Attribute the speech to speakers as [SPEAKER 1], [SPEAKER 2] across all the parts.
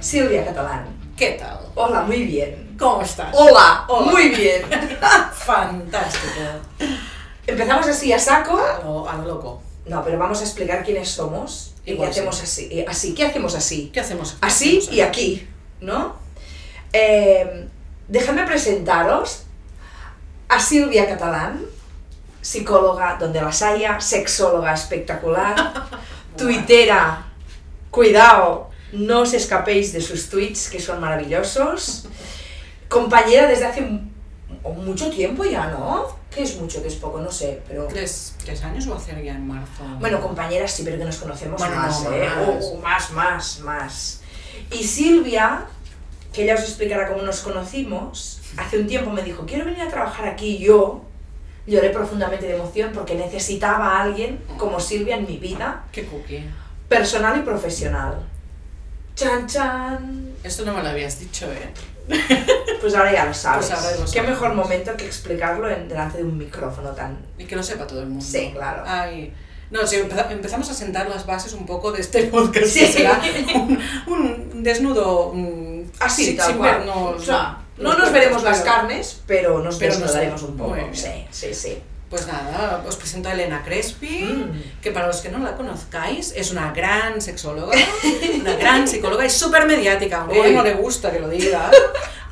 [SPEAKER 1] Silvia Catalán.
[SPEAKER 2] ¿Qué tal?
[SPEAKER 1] Hola, muy bien.
[SPEAKER 2] ¿Cómo estás?
[SPEAKER 1] Hola,
[SPEAKER 2] Hola.
[SPEAKER 1] muy bien.
[SPEAKER 2] Fantástico.
[SPEAKER 1] Empezamos así a saco.
[SPEAKER 2] A lo, a lo loco.
[SPEAKER 1] No, pero vamos a explicar quiénes somos y qué
[SPEAKER 2] Igual sí.
[SPEAKER 1] hacemos así. eh, así. ¿Qué hacemos así?
[SPEAKER 2] ¿Qué hacemos? aquí?
[SPEAKER 1] Así
[SPEAKER 2] ¿Qué
[SPEAKER 1] y
[SPEAKER 2] hacemos
[SPEAKER 1] aquí, ¿no? Eh, dejadme presentaros a Silvia Catalán, psicóloga donde las haya, sexóloga espectacular, tuitera, cuidado, no os escapéis de sus tweets que son maravillosos, compañera desde hace m- mucho tiempo ya, ¿no? Que es mucho, que es poco, no sé, pero...
[SPEAKER 2] ¿Tres, tres años o hacer ya en marzo?
[SPEAKER 1] Bueno, compañeras sí, pero que nos conocemos
[SPEAKER 2] Bueno,
[SPEAKER 1] más,
[SPEAKER 2] no,
[SPEAKER 1] ¿eh?
[SPEAKER 2] más.
[SPEAKER 1] Uh, más, más, más. Y Silvia, que ella os explicará cómo nos conocimos, hace un tiempo me dijo, quiero venir a trabajar aquí yo. Lloré profundamente de emoción porque necesitaba a alguien como Silvia en mi vida,
[SPEAKER 2] ¿Qué cookie?
[SPEAKER 1] personal y profesional. Chan, chan.
[SPEAKER 2] Esto no me lo habías dicho, ¿eh?
[SPEAKER 1] Pues ahora ya lo sabes.
[SPEAKER 2] Pues ahora lo
[SPEAKER 1] Qué
[SPEAKER 2] sabemos.
[SPEAKER 1] mejor momento que explicarlo en, delante de un micrófono tan...
[SPEAKER 2] Y que lo sepa todo el mundo.
[SPEAKER 1] Sí, claro.
[SPEAKER 2] Ay. No, sí, empeza- empezamos a sentar las bases un poco de este podcast.
[SPEAKER 1] Sí.
[SPEAKER 2] que será un, un desnudo mm,
[SPEAKER 1] Así,
[SPEAKER 2] sin,
[SPEAKER 1] tal
[SPEAKER 2] sin
[SPEAKER 1] cual.
[SPEAKER 2] vernos.
[SPEAKER 1] O sea, no
[SPEAKER 2] los
[SPEAKER 1] nos veremos
[SPEAKER 2] cuerpos,
[SPEAKER 1] las
[SPEAKER 2] pero-
[SPEAKER 1] carnes, pero nos
[SPEAKER 2] Pero nos
[SPEAKER 1] desnudaremos
[SPEAKER 2] vemos.
[SPEAKER 1] un poco.
[SPEAKER 2] Muy bien.
[SPEAKER 1] Sí, sí, sí.
[SPEAKER 2] Pues nada, os presento a Elena Crespi,
[SPEAKER 1] Mm.
[SPEAKER 2] que para los que no la conozcáis es una gran sexóloga, una gran psicóloga y súper mediática, aunque a
[SPEAKER 1] Uy.
[SPEAKER 2] ella no le gusta que lo diga,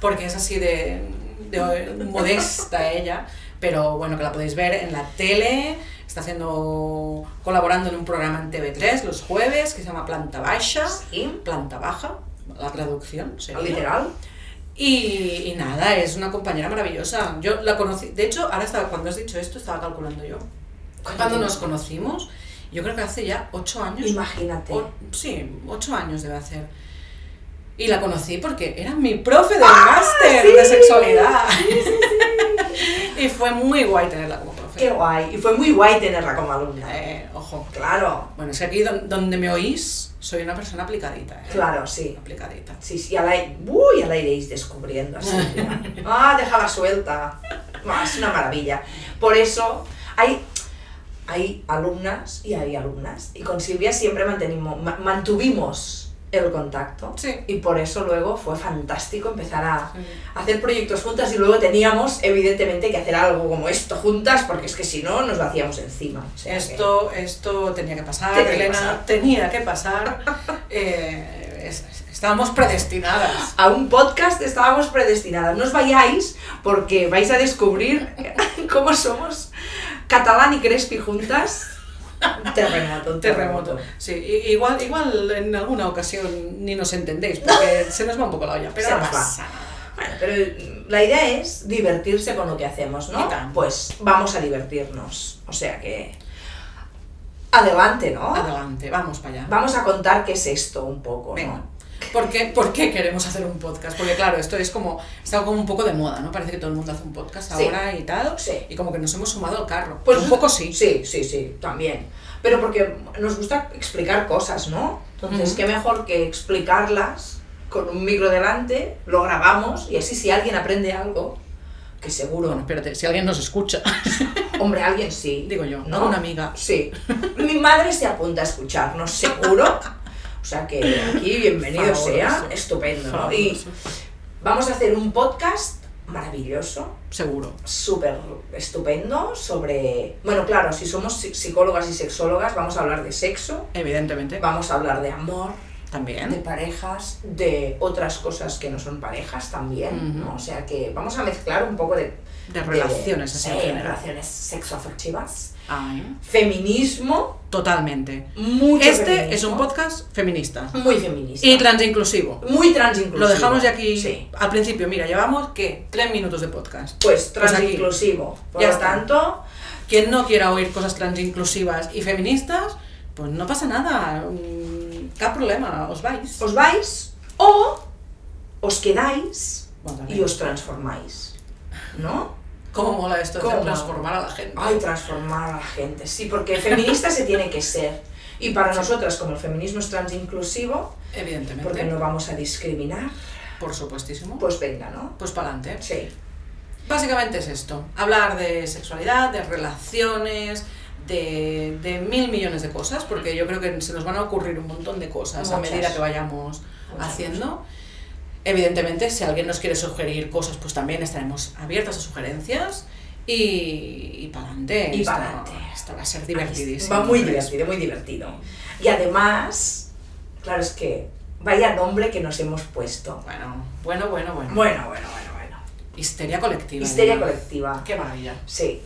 [SPEAKER 2] porque es así de, de modesta ella, pero bueno, que la podéis ver en la tele, está haciendo colaborando en un programa en TV3 los jueves que se llama Planta Baixa,
[SPEAKER 1] Sí.
[SPEAKER 2] Planta Baja, la traducción sería.
[SPEAKER 1] Literal.
[SPEAKER 2] Y, y nada, es una compañera maravillosa. Yo la conocí, de hecho, ahora estaba, cuando has dicho esto, estaba calculando yo. Cuando nos conocimos, yo creo que hace ya ocho años.
[SPEAKER 1] Imagínate.
[SPEAKER 2] o- sí, ocho años debe hacer. Y la conocí porque era mi profe del máster de
[SPEAKER 1] Ah, sí!
[SPEAKER 2] sexualidad. y fue muy guay tenerla como profe.
[SPEAKER 1] Qué guay. Y fue muy guay tenerla como alumna. ¿eh?
[SPEAKER 2] Eh, ojo.
[SPEAKER 1] Claro,
[SPEAKER 2] Bueno, es que aquí don- donde me oís, soy una persona aplicadita. ¿eh?
[SPEAKER 1] claro, sí.
[SPEAKER 2] Aplicadita.
[SPEAKER 1] Sí, sí, ya la, uy, ya la iréis descubriendo así. ya. Ah, déjala suelta. Ah, es una maravilla. Por eso hay, hay alumnas y hay alumnas. Y con Silvia siempre mantenimo- ma- mantuvimos el contacto.
[SPEAKER 2] Sí.
[SPEAKER 1] Y por eso luego fue fantástico empezar a, hacer proyectos juntas y luego teníamos evidentemente que hacer algo como esto juntas porque es que si no nos lo hacíamos encima. O sea que-
[SPEAKER 2] Esto, esto tenía que pasar,
[SPEAKER 1] Tenía que
[SPEAKER 2] Elena,
[SPEAKER 1] pasar.
[SPEAKER 2] tenía que pasar. Eh, es- estábamos predestinadas.
[SPEAKER 1] A un podcast estábamos predestinadas. No os vayáis porque vais a descubrir cómo somos catalán y Crespi juntas. Un terremoto, un terremoto.
[SPEAKER 2] Sí, i- igual, igual en alguna ocasión ni nos entendéis, porque se nos va un poco la olla, pero
[SPEAKER 1] Se
[SPEAKER 2] no
[SPEAKER 1] nos va.
[SPEAKER 2] pasa nada.
[SPEAKER 1] Bueno, pero mm, la idea es divertirse con lo que hacemos, ¿no?
[SPEAKER 2] Y tanto.
[SPEAKER 1] Pues vamos a divertirnos. O sea que... Adelante, ¿no?
[SPEAKER 2] Adelante, vamos para allá.
[SPEAKER 1] Vamos a contar qué es esto un poco, ¿no?
[SPEAKER 2] Venga. ¿Por qué, por qué queremos hacer un podcast? Porque claro, esto es como, está como un poco de moda, ¿no? Parece que todo el mundo hace un podcast
[SPEAKER 1] Sí.
[SPEAKER 2] ahora y tal,
[SPEAKER 1] Sí.
[SPEAKER 2] y como que nos hemos sumado al carro.
[SPEAKER 1] Pues-
[SPEAKER 2] Pues un poco sí.
[SPEAKER 1] Sí, sí, sí, también. Pero porque nos gusta explicar cosas, ¿no? Entonces,
[SPEAKER 2] Ujú.
[SPEAKER 1] qué mejor que explicarlas con un micro delante, lo grabamos y así si alguien aprende algo, que seguro.
[SPEAKER 2] Bueno, espérate, si alguien nos escucha,
[SPEAKER 1] Hombre, alguien sí.
[SPEAKER 2] digo yo,
[SPEAKER 1] ¿no?
[SPEAKER 2] una amiga.
[SPEAKER 1] Sí. Mi madre se apunta a escucharnos, seguro. O sea que aquí, bienvenido
[SPEAKER 2] Fabuloso.
[SPEAKER 1] sea, estupendo. ¿no? Y vamos a hacer un podcast maravilloso,
[SPEAKER 2] Seguro.
[SPEAKER 1] súper estupendo sobre... Bueno, claro, si somos si- psicólogas y sexólogas, vamos a hablar de sexo,
[SPEAKER 2] Evidentemente.
[SPEAKER 1] vamos a hablar de amor, de
[SPEAKER 2] También.
[SPEAKER 1] parejas, de otras cosas que no son parejas también,
[SPEAKER 2] Ujú.
[SPEAKER 1] ¿no? O sea que vamos a mezclar un poco de...
[SPEAKER 2] De relaciones,
[SPEAKER 1] de-
[SPEAKER 2] así
[SPEAKER 1] sí,
[SPEAKER 2] en general.
[SPEAKER 1] relaciones sexoafectivas,
[SPEAKER 2] Ay,
[SPEAKER 1] feminismo,
[SPEAKER 2] totalmente.
[SPEAKER 1] mucho
[SPEAKER 2] este
[SPEAKER 1] feminismo,
[SPEAKER 2] es un podcast feminista
[SPEAKER 1] muy feminista,
[SPEAKER 2] y transinclusivo.
[SPEAKER 1] muy transinclusivo.
[SPEAKER 2] Lo dejamos ya aquí
[SPEAKER 1] Sí.
[SPEAKER 2] al principio. Mira, llevamos, ¿qué? Tres minutos de podcast.
[SPEAKER 1] Pues
[SPEAKER 2] Pues aquí.
[SPEAKER 1] transinclusivo, por
[SPEAKER 2] Ya
[SPEAKER 1] lo
[SPEAKER 2] está.
[SPEAKER 1] tanto,
[SPEAKER 2] Quien no quiera oír cosas transinclusivas y feministas, pues no pasa nada. Mm, Qué problema, os vais.
[SPEAKER 1] os vais o os quedáis
[SPEAKER 2] Bueno, también.
[SPEAKER 1] y os transformáis, ¿no?
[SPEAKER 2] ¿Cómo mola esto de
[SPEAKER 1] ¿Cómo?
[SPEAKER 2] transformar a la gente?
[SPEAKER 1] Ay, transformar a la gente, sí, porque feminista se tiene que ser. Y para nosotras, como el feminismo es transinclusivo, porque
[SPEAKER 2] Evidentemente.
[SPEAKER 1] no vamos a discriminar,
[SPEAKER 2] Por supuestísimo.
[SPEAKER 1] pues venga, ¿no?
[SPEAKER 2] Pues para adelante.
[SPEAKER 1] Sí,
[SPEAKER 2] Básicamente es esto, hablar de sexualidad, de relaciones, de, de mil millones de cosas, porque yo creo que se nos van a ocurrir un montón de cosas a
[SPEAKER 1] Muchas.
[SPEAKER 2] medida que vayamos
[SPEAKER 1] Muchas,
[SPEAKER 2] haciendo. Evidentemente, si alguien nos quiere sugerir cosas, pues también estaremos abiertas a sugerencias y, y para adelante.
[SPEAKER 1] Y pa'lante.
[SPEAKER 2] Esto va a ser divertidísimo.
[SPEAKER 1] Va muy divertido, muy divertido. Y además, claro, es que vaya nombre que nos hemos puesto.
[SPEAKER 2] Bueno, bueno, bueno, bueno.
[SPEAKER 1] Bueno, bueno, bueno, bueno.
[SPEAKER 2] Histeria colectiva.
[SPEAKER 1] Histeria
[SPEAKER 2] digo.
[SPEAKER 1] colectiva.
[SPEAKER 2] Qué maravilla.
[SPEAKER 1] Sí.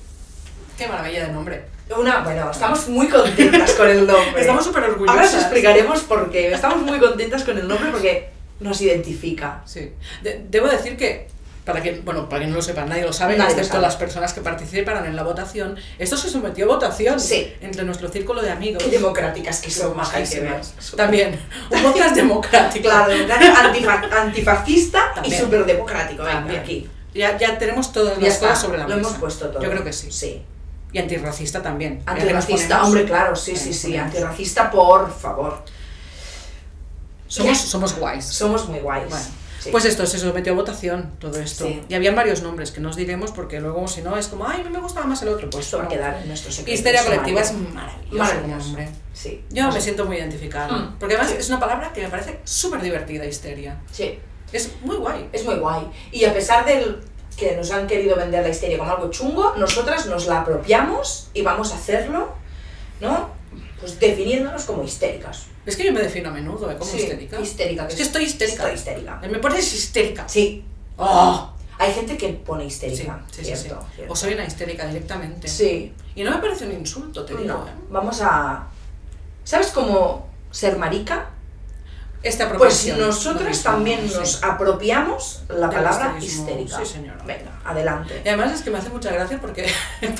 [SPEAKER 2] Qué maravilla de nombre.
[SPEAKER 1] Una, bueno, estamos muy contentas con el nombre.
[SPEAKER 2] Estamos súper orgullosas.
[SPEAKER 1] Ahora os explicaremos por qué. Estamos muy contentas con el nombre porque nos identifica.
[SPEAKER 2] Sí. De- debo decir que, para quien, bueno, para quien no lo sepa, nadie lo sabe,
[SPEAKER 1] Nadie lo
[SPEAKER 2] excepto
[SPEAKER 1] sabe.
[SPEAKER 2] las personas que participaron en la votación, esto se sometió a votación
[SPEAKER 1] Sí.
[SPEAKER 2] entre nuestro círculo de amigos.
[SPEAKER 1] Qué democráticas que son, más hay que ver.
[SPEAKER 2] Majísimas. También, un podcast democrático.
[SPEAKER 1] Claro, antifa- antifascista y
[SPEAKER 2] También.
[SPEAKER 1] súper democrático.
[SPEAKER 2] También.
[SPEAKER 1] aquí.
[SPEAKER 2] Ya, ya tenemos todas
[SPEAKER 1] Ya
[SPEAKER 2] las
[SPEAKER 1] está,
[SPEAKER 2] cosas sobre la
[SPEAKER 1] lo
[SPEAKER 2] mesa.
[SPEAKER 1] hemos puesto todo.
[SPEAKER 2] Yo creo que sí.
[SPEAKER 1] Sí.
[SPEAKER 2] Y antirracista también. Ya que nos
[SPEAKER 1] Antirracista,
[SPEAKER 2] ponemos-
[SPEAKER 1] hombre, claro, sí,
[SPEAKER 2] ya
[SPEAKER 1] sí,
[SPEAKER 2] nos
[SPEAKER 1] sí.
[SPEAKER 2] ponemos.
[SPEAKER 1] Antirracista, por favor.
[SPEAKER 2] Somos, somos guays.
[SPEAKER 1] Somos muy guays.
[SPEAKER 2] Bueno,
[SPEAKER 1] Sí.
[SPEAKER 2] Pues esto, se sometió a votación, todo esto.
[SPEAKER 1] Sí.
[SPEAKER 2] Y habían varios nombres que no os diremos porque luego, si no, es como, ay, a mí me gustaba más el otro. Pues
[SPEAKER 1] esto va a
[SPEAKER 2] no.
[SPEAKER 1] quedar en nuestro secreto.
[SPEAKER 2] Histeria colectiva es
[SPEAKER 1] sumario.
[SPEAKER 2] maravilloso.
[SPEAKER 1] Maravilloso.
[SPEAKER 2] nombre.
[SPEAKER 1] Sí.
[SPEAKER 2] Yo me siento muy identificada.
[SPEAKER 1] Mm.
[SPEAKER 2] Porque además
[SPEAKER 1] Sí.
[SPEAKER 2] es una palabra que me parece súper divertida, histeria.
[SPEAKER 1] Sí.
[SPEAKER 2] Es muy guay.
[SPEAKER 1] Es muy guay. Y a pesar del que nos han querido vender la histeria como algo chungo, nosotras nos la apropiamos y vamos a hacerlo, ¿no? Pues definiéndonos como histéricas.
[SPEAKER 2] Es que yo me defino a menudo, ¿eh? Como
[SPEAKER 1] Sí,
[SPEAKER 2] histérica.
[SPEAKER 1] histérica,
[SPEAKER 2] Es que estoy histérica.
[SPEAKER 1] Estoy histérica.
[SPEAKER 2] Me pones histérica.
[SPEAKER 1] Sí.
[SPEAKER 2] Oh.
[SPEAKER 1] Hay gente que pone
[SPEAKER 2] Sí,
[SPEAKER 1] Ah, histérica.
[SPEAKER 2] sí, sí, sí.
[SPEAKER 1] cierto, cierto.
[SPEAKER 2] O soy una histérica directamente.
[SPEAKER 1] Sí.
[SPEAKER 2] Y no me parece un insulto, te digo.
[SPEAKER 1] No,
[SPEAKER 2] ¿eh?
[SPEAKER 1] vamos a... ¿Sabes cómo ser marica?
[SPEAKER 2] Esta
[SPEAKER 1] Pues
[SPEAKER 2] profesión. Lo
[SPEAKER 1] nosotras
[SPEAKER 2] mismo,
[SPEAKER 1] también
[SPEAKER 2] sí.
[SPEAKER 1] nos apropiamos la
[SPEAKER 2] Del
[SPEAKER 1] palabra
[SPEAKER 2] histerismo.
[SPEAKER 1] histérica.
[SPEAKER 2] Sí, señora.
[SPEAKER 1] Venga, adelante.
[SPEAKER 2] Y además es que me hace mucha gracia porque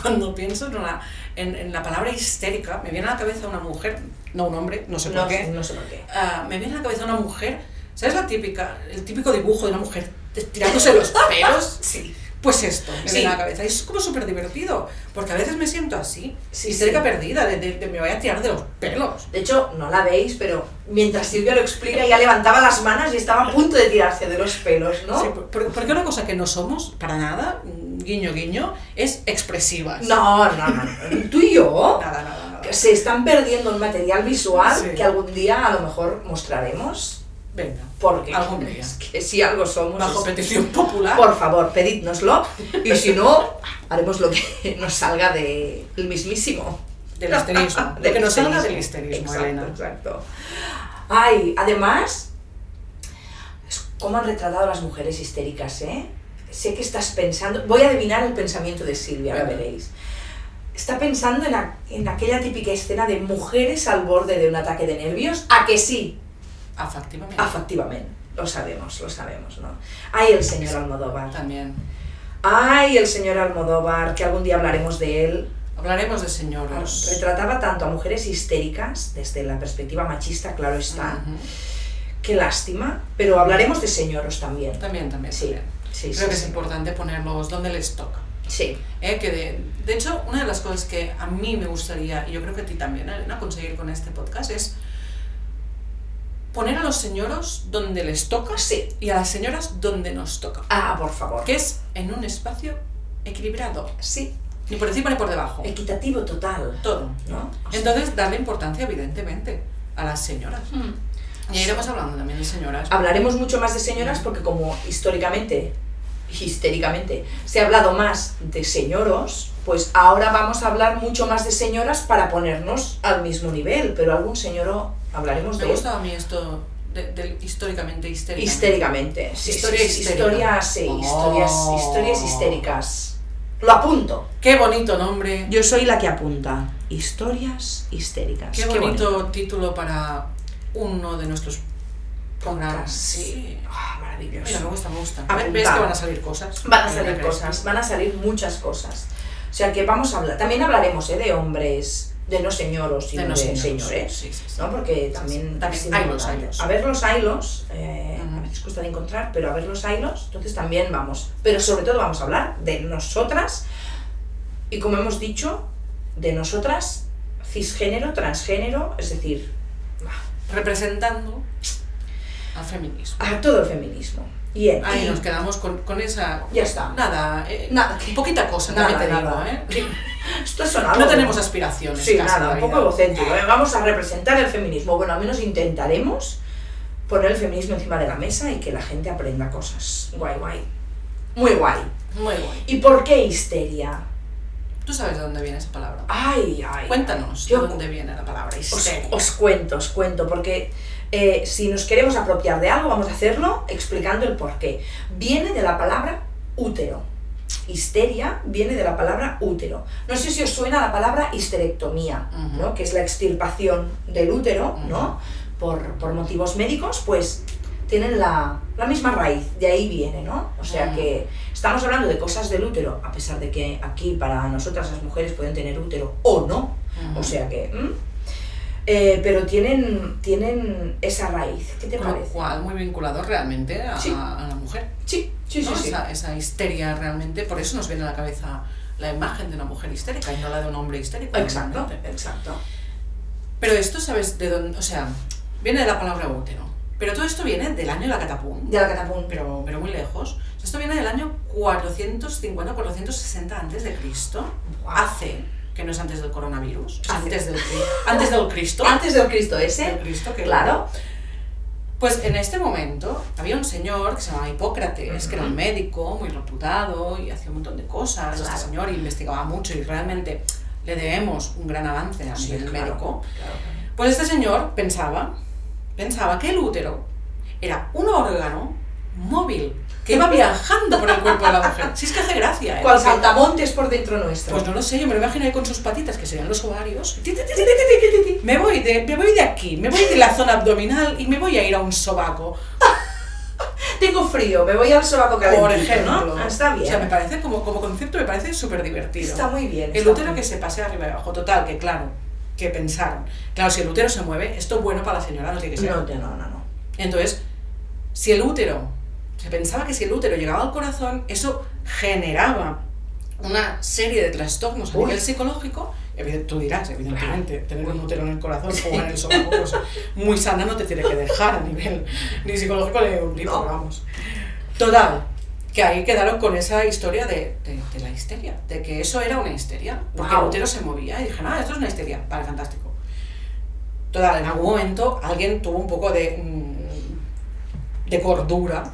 [SPEAKER 2] cuando pienso en, la- en- en la palabra histérica, me viene a la cabeza una mujer, no un hombre, no sé por
[SPEAKER 1] No,
[SPEAKER 2] qué.
[SPEAKER 1] no sé por qué.
[SPEAKER 2] Ah, me viene a la cabeza una mujer, ¿sabes la típica, el típico dibujo de una mujer tirándose los pelos?
[SPEAKER 1] Sí.
[SPEAKER 2] Pues esto, me
[SPEAKER 1] Sí.
[SPEAKER 2] viene a la cabeza. Y es como súper divertido, porque a veces me siento así,
[SPEAKER 1] Sí,
[SPEAKER 2] histérica
[SPEAKER 1] sí.
[SPEAKER 2] perdida, de, de- de me voy a tirar de los pelos.
[SPEAKER 1] De hecho, no la veis, pero mientras Silvia lo explica, ya levantaba las manos y estaba a punto de tirarse de los pelos, ¿no?
[SPEAKER 2] Sí, por- por- porque una cosa que no somos, para nada, mm, guiño guiño, es expresivas.
[SPEAKER 1] No, no, no, no. Tú y yo
[SPEAKER 2] Nada, nada, nada.
[SPEAKER 1] que se están perdiendo un material visual
[SPEAKER 2] Sí.
[SPEAKER 1] que algún día a lo mejor mostraremos.
[SPEAKER 2] Venga,
[SPEAKER 1] Porque
[SPEAKER 2] Algún día.
[SPEAKER 1] es que si algo somos.
[SPEAKER 2] bajo
[SPEAKER 1] es-
[SPEAKER 2] petición popular.
[SPEAKER 1] Por favor, pedídnoslo. Y si no, haremos lo que nos salga del mismísimo.
[SPEAKER 2] Del histerismo.
[SPEAKER 1] Del
[SPEAKER 2] lo que nos salga del
[SPEAKER 1] histerismo.
[SPEAKER 2] histerismo,
[SPEAKER 1] exacto,
[SPEAKER 2] Elena.
[SPEAKER 1] Exacto. Ay, además, es cómo han retratado a las mujeres histéricas, ¿eh? Sé que estás pensando, voy a adivinar el pensamiento de Silvia, ahora
[SPEAKER 2] Venga.
[SPEAKER 1] veréis. Está pensando en, a- en aquella típica escena de mujeres al borde de un ataque de nervios, a que sí,
[SPEAKER 2] Afectivamente.
[SPEAKER 1] afectivamente. Lo sabemos, lo sabemos, ¿no? Ay, el señor Almodóvar.
[SPEAKER 2] También.
[SPEAKER 1] Ay, el señor Almodóvar, que algún día hablaremos de él.
[SPEAKER 2] Hablaremos de señoros.
[SPEAKER 1] Pues, Retrataba tanto a mujeres histéricas, desde la perspectiva machista, claro está.
[SPEAKER 2] Ujú.
[SPEAKER 1] Qué lástima, pero hablaremos de señoros también.
[SPEAKER 2] Mm. También, también.
[SPEAKER 1] Sí,
[SPEAKER 2] también.
[SPEAKER 1] sí, sí.
[SPEAKER 2] Creo que es
[SPEAKER 1] sí.
[SPEAKER 2] importante ponerlos donde les toca.
[SPEAKER 1] Sí,
[SPEAKER 2] ¿eh? Que de, de hecho, una de las cosas que a mí me gustaría, y yo creo que a ti también, Elena, conseguir con este podcast es poner a los señoros donde les toca
[SPEAKER 1] Ah, sí.
[SPEAKER 2] y a las señoras donde nos toca.
[SPEAKER 1] Ah, por favor.
[SPEAKER 2] Que es en un espacio equilibrado,
[SPEAKER 1] Sí,
[SPEAKER 2] ni por encima ni por debajo.
[SPEAKER 1] equitativo total,
[SPEAKER 2] Todo.
[SPEAKER 1] ¿no? O sea,
[SPEAKER 2] Entonces, darle importancia, evidentemente, a las señoras. Y ahí iremos hablando también de señoras.
[SPEAKER 1] hablaremos mucho más de señoras porque como históricamente, histéricamente, se ha hablado más de señoros, pues ahora vamos a hablar mucho más de señoras para ponernos al mismo nivel, pero algún señoro hablaremos
[SPEAKER 2] Me
[SPEAKER 1] de él.
[SPEAKER 2] gustaba a mí esto de- del históricamente histérica.
[SPEAKER 1] Histéricamente. Sí,
[SPEAKER 2] Historia
[SPEAKER 1] sí, sí,
[SPEAKER 2] histérica.
[SPEAKER 1] historias, sí, historias,
[SPEAKER 2] Oh.
[SPEAKER 1] historias histéricas. Lo apunto.
[SPEAKER 2] Qué bonito nombre.
[SPEAKER 1] Yo soy la que apunta. Historias histéricas.
[SPEAKER 2] qué, bonito, título para uno de nuestros programas.
[SPEAKER 1] Podcast.
[SPEAKER 2] Sí.
[SPEAKER 1] Ah,
[SPEAKER 2] Mira, me
[SPEAKER 1] maravilloso.
[SPEAKER 2] gusta, me gusta.
[SPEAKER 1] Apuntado.
[SPEAKER 2] ¿Ves que van a salir cosas?
[SPEAKER 1] Van a
[SPEAKER 2] Mira,
[SPEAKER 1] salir
[SPEAKER 2] ¿ves?
[SPEAKER 1] cosas, van a salir muchas cosas. O sea que vamos a hablar. También hablaremos ¿eh? de hombres, de no señoros, sino
[SPEAKER 2] De
[SPEAKER 1] de,
[SPEAKER 2] no señores.
[SPEAKER 1] señores.
[SPEAKER 2] Sí, sí, sí.
[SPEAKER 1] ¿no? Porque también,
[SPEAKER 2] sí. También
[SPEAKER 1] es
[SPEAKER 2] hay los
[SPEAKER 1] importante.
[SPEAKER 2] hilos.
[SPEAKER 1] A ver los hilos, eh,
[SPEAKER 2] Ujú.
[SPEAKER 1] a veces cuesta de encontrar, pero a ver los hilos, entonces también vamos. Pero sobre todo vamos a hablar de nosotras y como hemos dicho, de nosotras cisgénero, transgénero, es decir,
[SPEAKER 2] Representando al feminismo.
[SPEAKER 1] a todo el feminismo. Y, en-
[SPEAKER 2] Ahí
[SPEAKER 1] y
[SPEAKER 2] nos quedamos con, con esa.
[SPEAKER 1] ya está.
[SPEAKER 2] Nada, eh,
[SPEAKER 1] Nada.
[SPEAKER 2] poquita cosa,
[SPEAKER 1] Nada,
[SPEAKER 2] también te
[SPEAKER 1] nada.
[SPEAKER 2] digo, ¿eh?
[SPEAKER 1] Esto es algo.
[SPEAKER 2] No tenemos aspiraciones.
[SPEAKER 1] Sí,
[SPEAKER 2] casi, en
[SPEAKER 1] nada, un
[SPEAKER 2] realidad.
[SPEAKER 1] poco egocéntrico. ¿eh? Vamos a representar el feminismo. Bueno, al menos intentaremos poner el feminismo encima de la mesa y que la gente aprenda cosas. Guay, guay. Muy guay.
[SPEAKER 2] Muy guay.
[SPEAKER 1] ¿Y por qué histeria?
[SPEAKER 2] Tú sabes de dónde viene esa palabra.
[SPEAKER 1] Ay, ay.
[SPEAKER 2] Cuéntanos
[SPEAKER 1] Yo-
[SPEAKER 2] de dónde viene la palabra
[SPEAKER 1] Os,
[SPEAKER 2] histeria.
[SPEAKER 1] os cuento, os cuento, porque eh, si nos queremos apropiar de algo, vamos a hacerlo explicando el por qué. Viene de la palabra útero. Histeria viene de la palabra útero. No sé si os suena la palabra histerectomía,
[SPEAKER 2] Ujú.
[SPEAKER 1] ¿no? que es la extirpación del útero,
[SPEAKER 2] Ujú.
[SPEAKER 1] ¿no? Por, por motivos médicos, pues tienen la, la misma raíz, de ahí viene, ¿no? O sea
[SPEAKER 2] Ujú.
[SPEAKER 1] que estamos hablando de cosas del útero, a pesar de que aquí para nosotras las mujeres pueden tener útero o no,
[SPEAKER 2] Ujú.
[SPEAKER 1] o sea que. ¿m? Eh, pero tienen, tienen esa raíz. ¿Qué te
[SPEAKER 2] Con lo
[SPEAKER 1] parece?
[SPEAKER 2] cual, muy vinculado realmente a,
[SPEAKER 1] Sí.
[SPEAKER 2] a la mujer.
[SPEAKER 1] Sí, sí,
[SPEAKER 2] ¿no? Esa, esa histeria realmente, por eso nos viene a la cabeza la imagen de una mujer histérica y no la de un hombre histérico.
[SPEAKER 1] Exacto,
[SPEAKER 2] normalmente.
[SPEAKER 1] exacto.
[SPEAKER 2] Pero esto, ¿sabes de dónde? O sea, viene de la palabra útero. Pero todo esto viene del año de la catapum,
[SPEAKER 1] Ya la catapum.
[SPEAKER 2] pero, pero muy lejos. O sea, esto viene del año 450-460 antes de Cristo.
[SPEAKER 1] Guau.
[SPEAKER 2] Hace, que no es antes del coronavirus, es
[SPEAKER 1] Hace.
[SPEAKER 2] antes del, cri- antes del Cristo.
[SPEAKER 1] Antes del Cristo
[SPEAKER 2] del
[SPEAKER 1] ese,
[SPEAKER 2] Cristo, que
[SPEAKER 1] claro.
[SPEAKER 2] Pues en este momento había un señor que se llamaba Hipócrates, que era un médico muy reputado y hacía un montón de cosas. Este
[SPEAKER 1] Claro.
[SPEAKER 2] señor investigaba mucho y realmente le debemos un gran avance a
[SPEAKER 1] Sí,
[SPEAKER 2] nivel
[SPEAKER 1] claro,
[SPEAKER 2] médico.
[SPEAKER 1] claro.
[SPEAKER 2] Pues este señor pensaba, pensaba que el útero era un órgano móvil que iba viajando por el cuerpo de la mujer. Si es que hace gracia, ¿eh?
[SPEAKER 1] Cual
[SPEAKER 2] O sea,
[SPEAKER 1] saltamontes por dentro nuestro.
[SPEAKER 2] pues no lo sé, yo me lo imagino ahí con sus patitas, que serían los ovarios. Ti, ti, ti, ti, ti, ti, ti, ti, ti. Me voy, de, me voy de aquí, me voy de la zona abdominal y me voy a ir a un sobaco.
[SPEAKER 1] Tengo frío, me voy al sobaco calentito,
[SPEAKER 2] Por ejemplo.
[SPEAKER 1] ¿no? Ah, Está
[SPEAKER 2] O
[SPEAKER 1] bien.
[SPEAKER 2] sea, me parece, como, como concepto, me parece súper divertido.
[SPEAKER 1] Está muy bien.
[SPEAKER 2] El
[SPEAKER 1] está
[SPEAKER 2] útero
[SPEAKER 1] muy
[SPEAKER 2] que
[SPEAKER 1] bien.
[SPEAKER 2] se pase arriba y abajo. Total, que claro, que pensaron. Claro, si el útero se mueve, esto es bueno para la señora, no tiene que ser.
[SPEAKER 1] No, no, no, no.
[SPEAKER 2] Entonces, si el útero, se pensaba que si el útero llegaba al corazón, eso generaba una serie de trastornos a
[SPEAKER 1] Uy.
[SPEAKER 2] nivel psicológico. Evident- Tú dirás, evidentemente, tener un útero en el corazón o en el sobaco, pues muy sana no te tiene que dejar a nivel ni psicológico ni un
[SPEAKER 1] No.
[SPEAKER 2] vamos. Total, que ahí quedaron con esa historia de, de- de la histeria, de que eso era una histeria, porque
[SPEAKER 1] Guau.
[SPEAKER 2] el útero se movía y dije, ah, esto es una histeria, vale, fantástico. Total, en algún momento alguien tuvo un poco de, mm, de cordura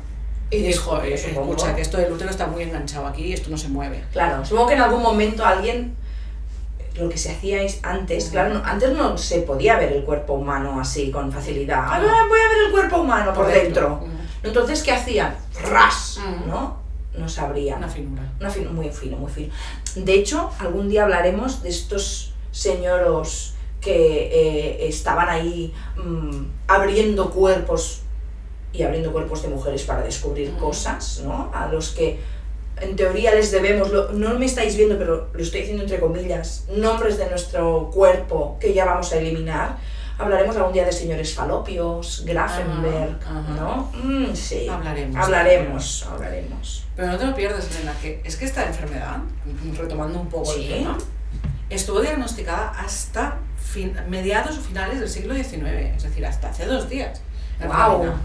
[SPEAKER 2] y dijo,
[SPEAKER 1] disculpe,
[SPEAKER 2] "Eh,
[SPEAKER 1] supongo.
[SPEAKER 2] escucha, que esto del útero está muy enganchado aquí y esto no se mueve.
[SPEAKER 1] Claro, supongo que en algún momento alguien lo que se hacía es antes, claro, no- antes no se podía ver el cuerpo humano así con facilidad. Ah,
[SPEAKER 2] No.
[SPEAKER 1] voy a ver el cuerpo humano por, dentro.
[SPEAKER 2] Mm,
[SPEAKER 1] Entonces, ¿qué hacían? ¡Ras!
[SPEAKER 2] Mm.
[SPEAKER 1] ¿No? No sabrían.
[SPEAKER 2] Una finura.
[SPEAKER 1] Una fin- muy fino, muy fino. De hecho, algún día hablaremos de estos señoros que eh, estaban ahí mm, abriendo cuerpos y abriendo cuerpos de mujeres para descubrir
[SPEAKER 2] Ujú.
[SPEAKER 1] cosas, ¿no? A los que en teoría les debemos, lo- no me estáis viendo, pero lo estoy diciendo entre comillas, nombres de nuestro cuerpo que ya vamos a eliminar. Hablaremos algún día de señores falopios, Grafenberg,
[SPEAKER 2] Ajá, ajá.
[SPEAKER 1] ¿no? Mm, sí.
[SPEAKER 2] Hablaremos.
[SPEAKER 1] Hablaremos, hablaremos.
[SPEAKER 2] Pero no te lo pierdas, Elena, que es que esta enfermedad, retomando un poco
[SPEAKER 1] Sí.
[SPEAKER 2] el tema, estuvo diagnosticada hasta fin- mediados o finales del siglo XIX, es decir, hasta hace dos días. en
[SPEAKER 1] Guau,
[SPEAKER 2] realidad.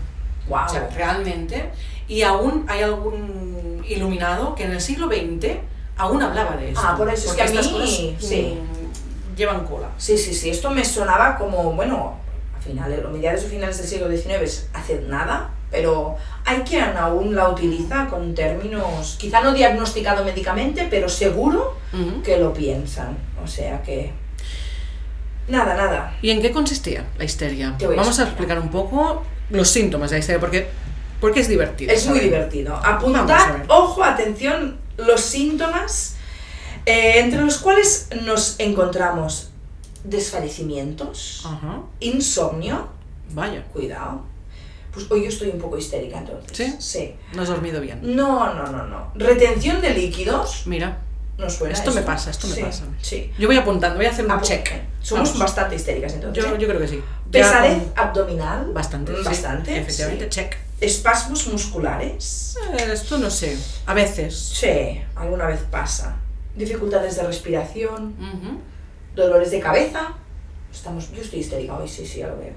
[SPEAKER 1] Wow.
[SPEAKER 2] O sea, realmente. Y aún hay algún iluminado que en el siglo XX aún hablaba de eso.
[SPEAKER 1] Ah, por eso es que a
[SPEAKER 2] estas
[SPEAKER 1] mí,
[SPEAKER 2] cosas
[SPEAKER 1] sí.
[SPEAKER 2] mm, llevan cola.
[SPEAKER 1] Sí, sí, sí, esto me sonaba como, bueno, a finales, a mediados o finales del siglo XIX es hacer nada, pero hay quien aún la utiliza con términos, quizá no diagnosticado médicamente, pero seguro que lo piensan. O sea que... Nada, nada.
[SPEAKER 2] ¿Y en qué consistía la histeria?
[SPEAKER 1] Te voy a
[SPEAKER 2] Vamos a
[SPEAKER 1] explicar.
[SPEAKER 2] explicar un poco los síntomas de la histeria, porque, porque es divertido.
[SPEAKER 1] Es muy
[SPEAKER 2] ¿sabes?
[SPEAKER 1] divertido.
[SPEAKER 2] Vamos a
[SPEAKER 1] Apuntad,
[SPEAKER 2] ver.
[SPEAKER 1] ojo, atención, los síntomas eh, entre los cuales nos encontramos desfallecimientos,
[SPEAKER 2] Ajá,
[SPEAKER 1] insomnio,
[SPEAKER 2] vaya.
[SPEAKER 1] cuidado. Pues hoy yo estoy un poco histérica entonces.
[SPEAKER 2] ¿Sí?
[SPEAKER 1] Sí.
[SPEAKER 2] No has dormido bien.
[SPEAKER 1] No, no, no, no. Retención de líquidos.
[SPEAKER 2] Mira,
[SPEAKER 1] No suena.
[SPEAKER 2] Esto me pasa, esto me
[SPEAKER 1] Sí,
[SPEAKER 2] pasa.
[SPEAKER 1] Sí.
[SPEAKER 2] yo voy apuntando, voy a hacer un
[SPEAKER 1] Apu-
[SPEAKER 2] check.
[SPEAKER 1] Somos
[SPEAKER 2] Vamos.
[SPEAKER 1] bastante histéricas entonces.
[SPEAKER 2] Yo,
[SPEAKER 1] ¿eh?
[SPEAKER 2] yo creo que sí. Ya
[SPEAKER 1] Pesadez
[SPEAKER 2] con-
[SPEAKER 1] abdominal.
[SPEAKER 2] Bastante. sí,
[SPEAKER 1] Bastante.
[SPEAKER 2] efectivamente,
[SPEAKER 1] sí.
[SPEAKER 2] check.
[SPEAKER 1] Espasmos musculares.
[SPEAKER 2] Eh, Esto no sé. A veces.
[SPEAKER 1] Sí, alguna vez pasa. Dificultades de respiración.
[SPEAKER 2] Ujú.
[SPEAKER 1] Dolores de cabeza. Estamos, yo estoy histérica hoy, sí, sí, ya lo veo.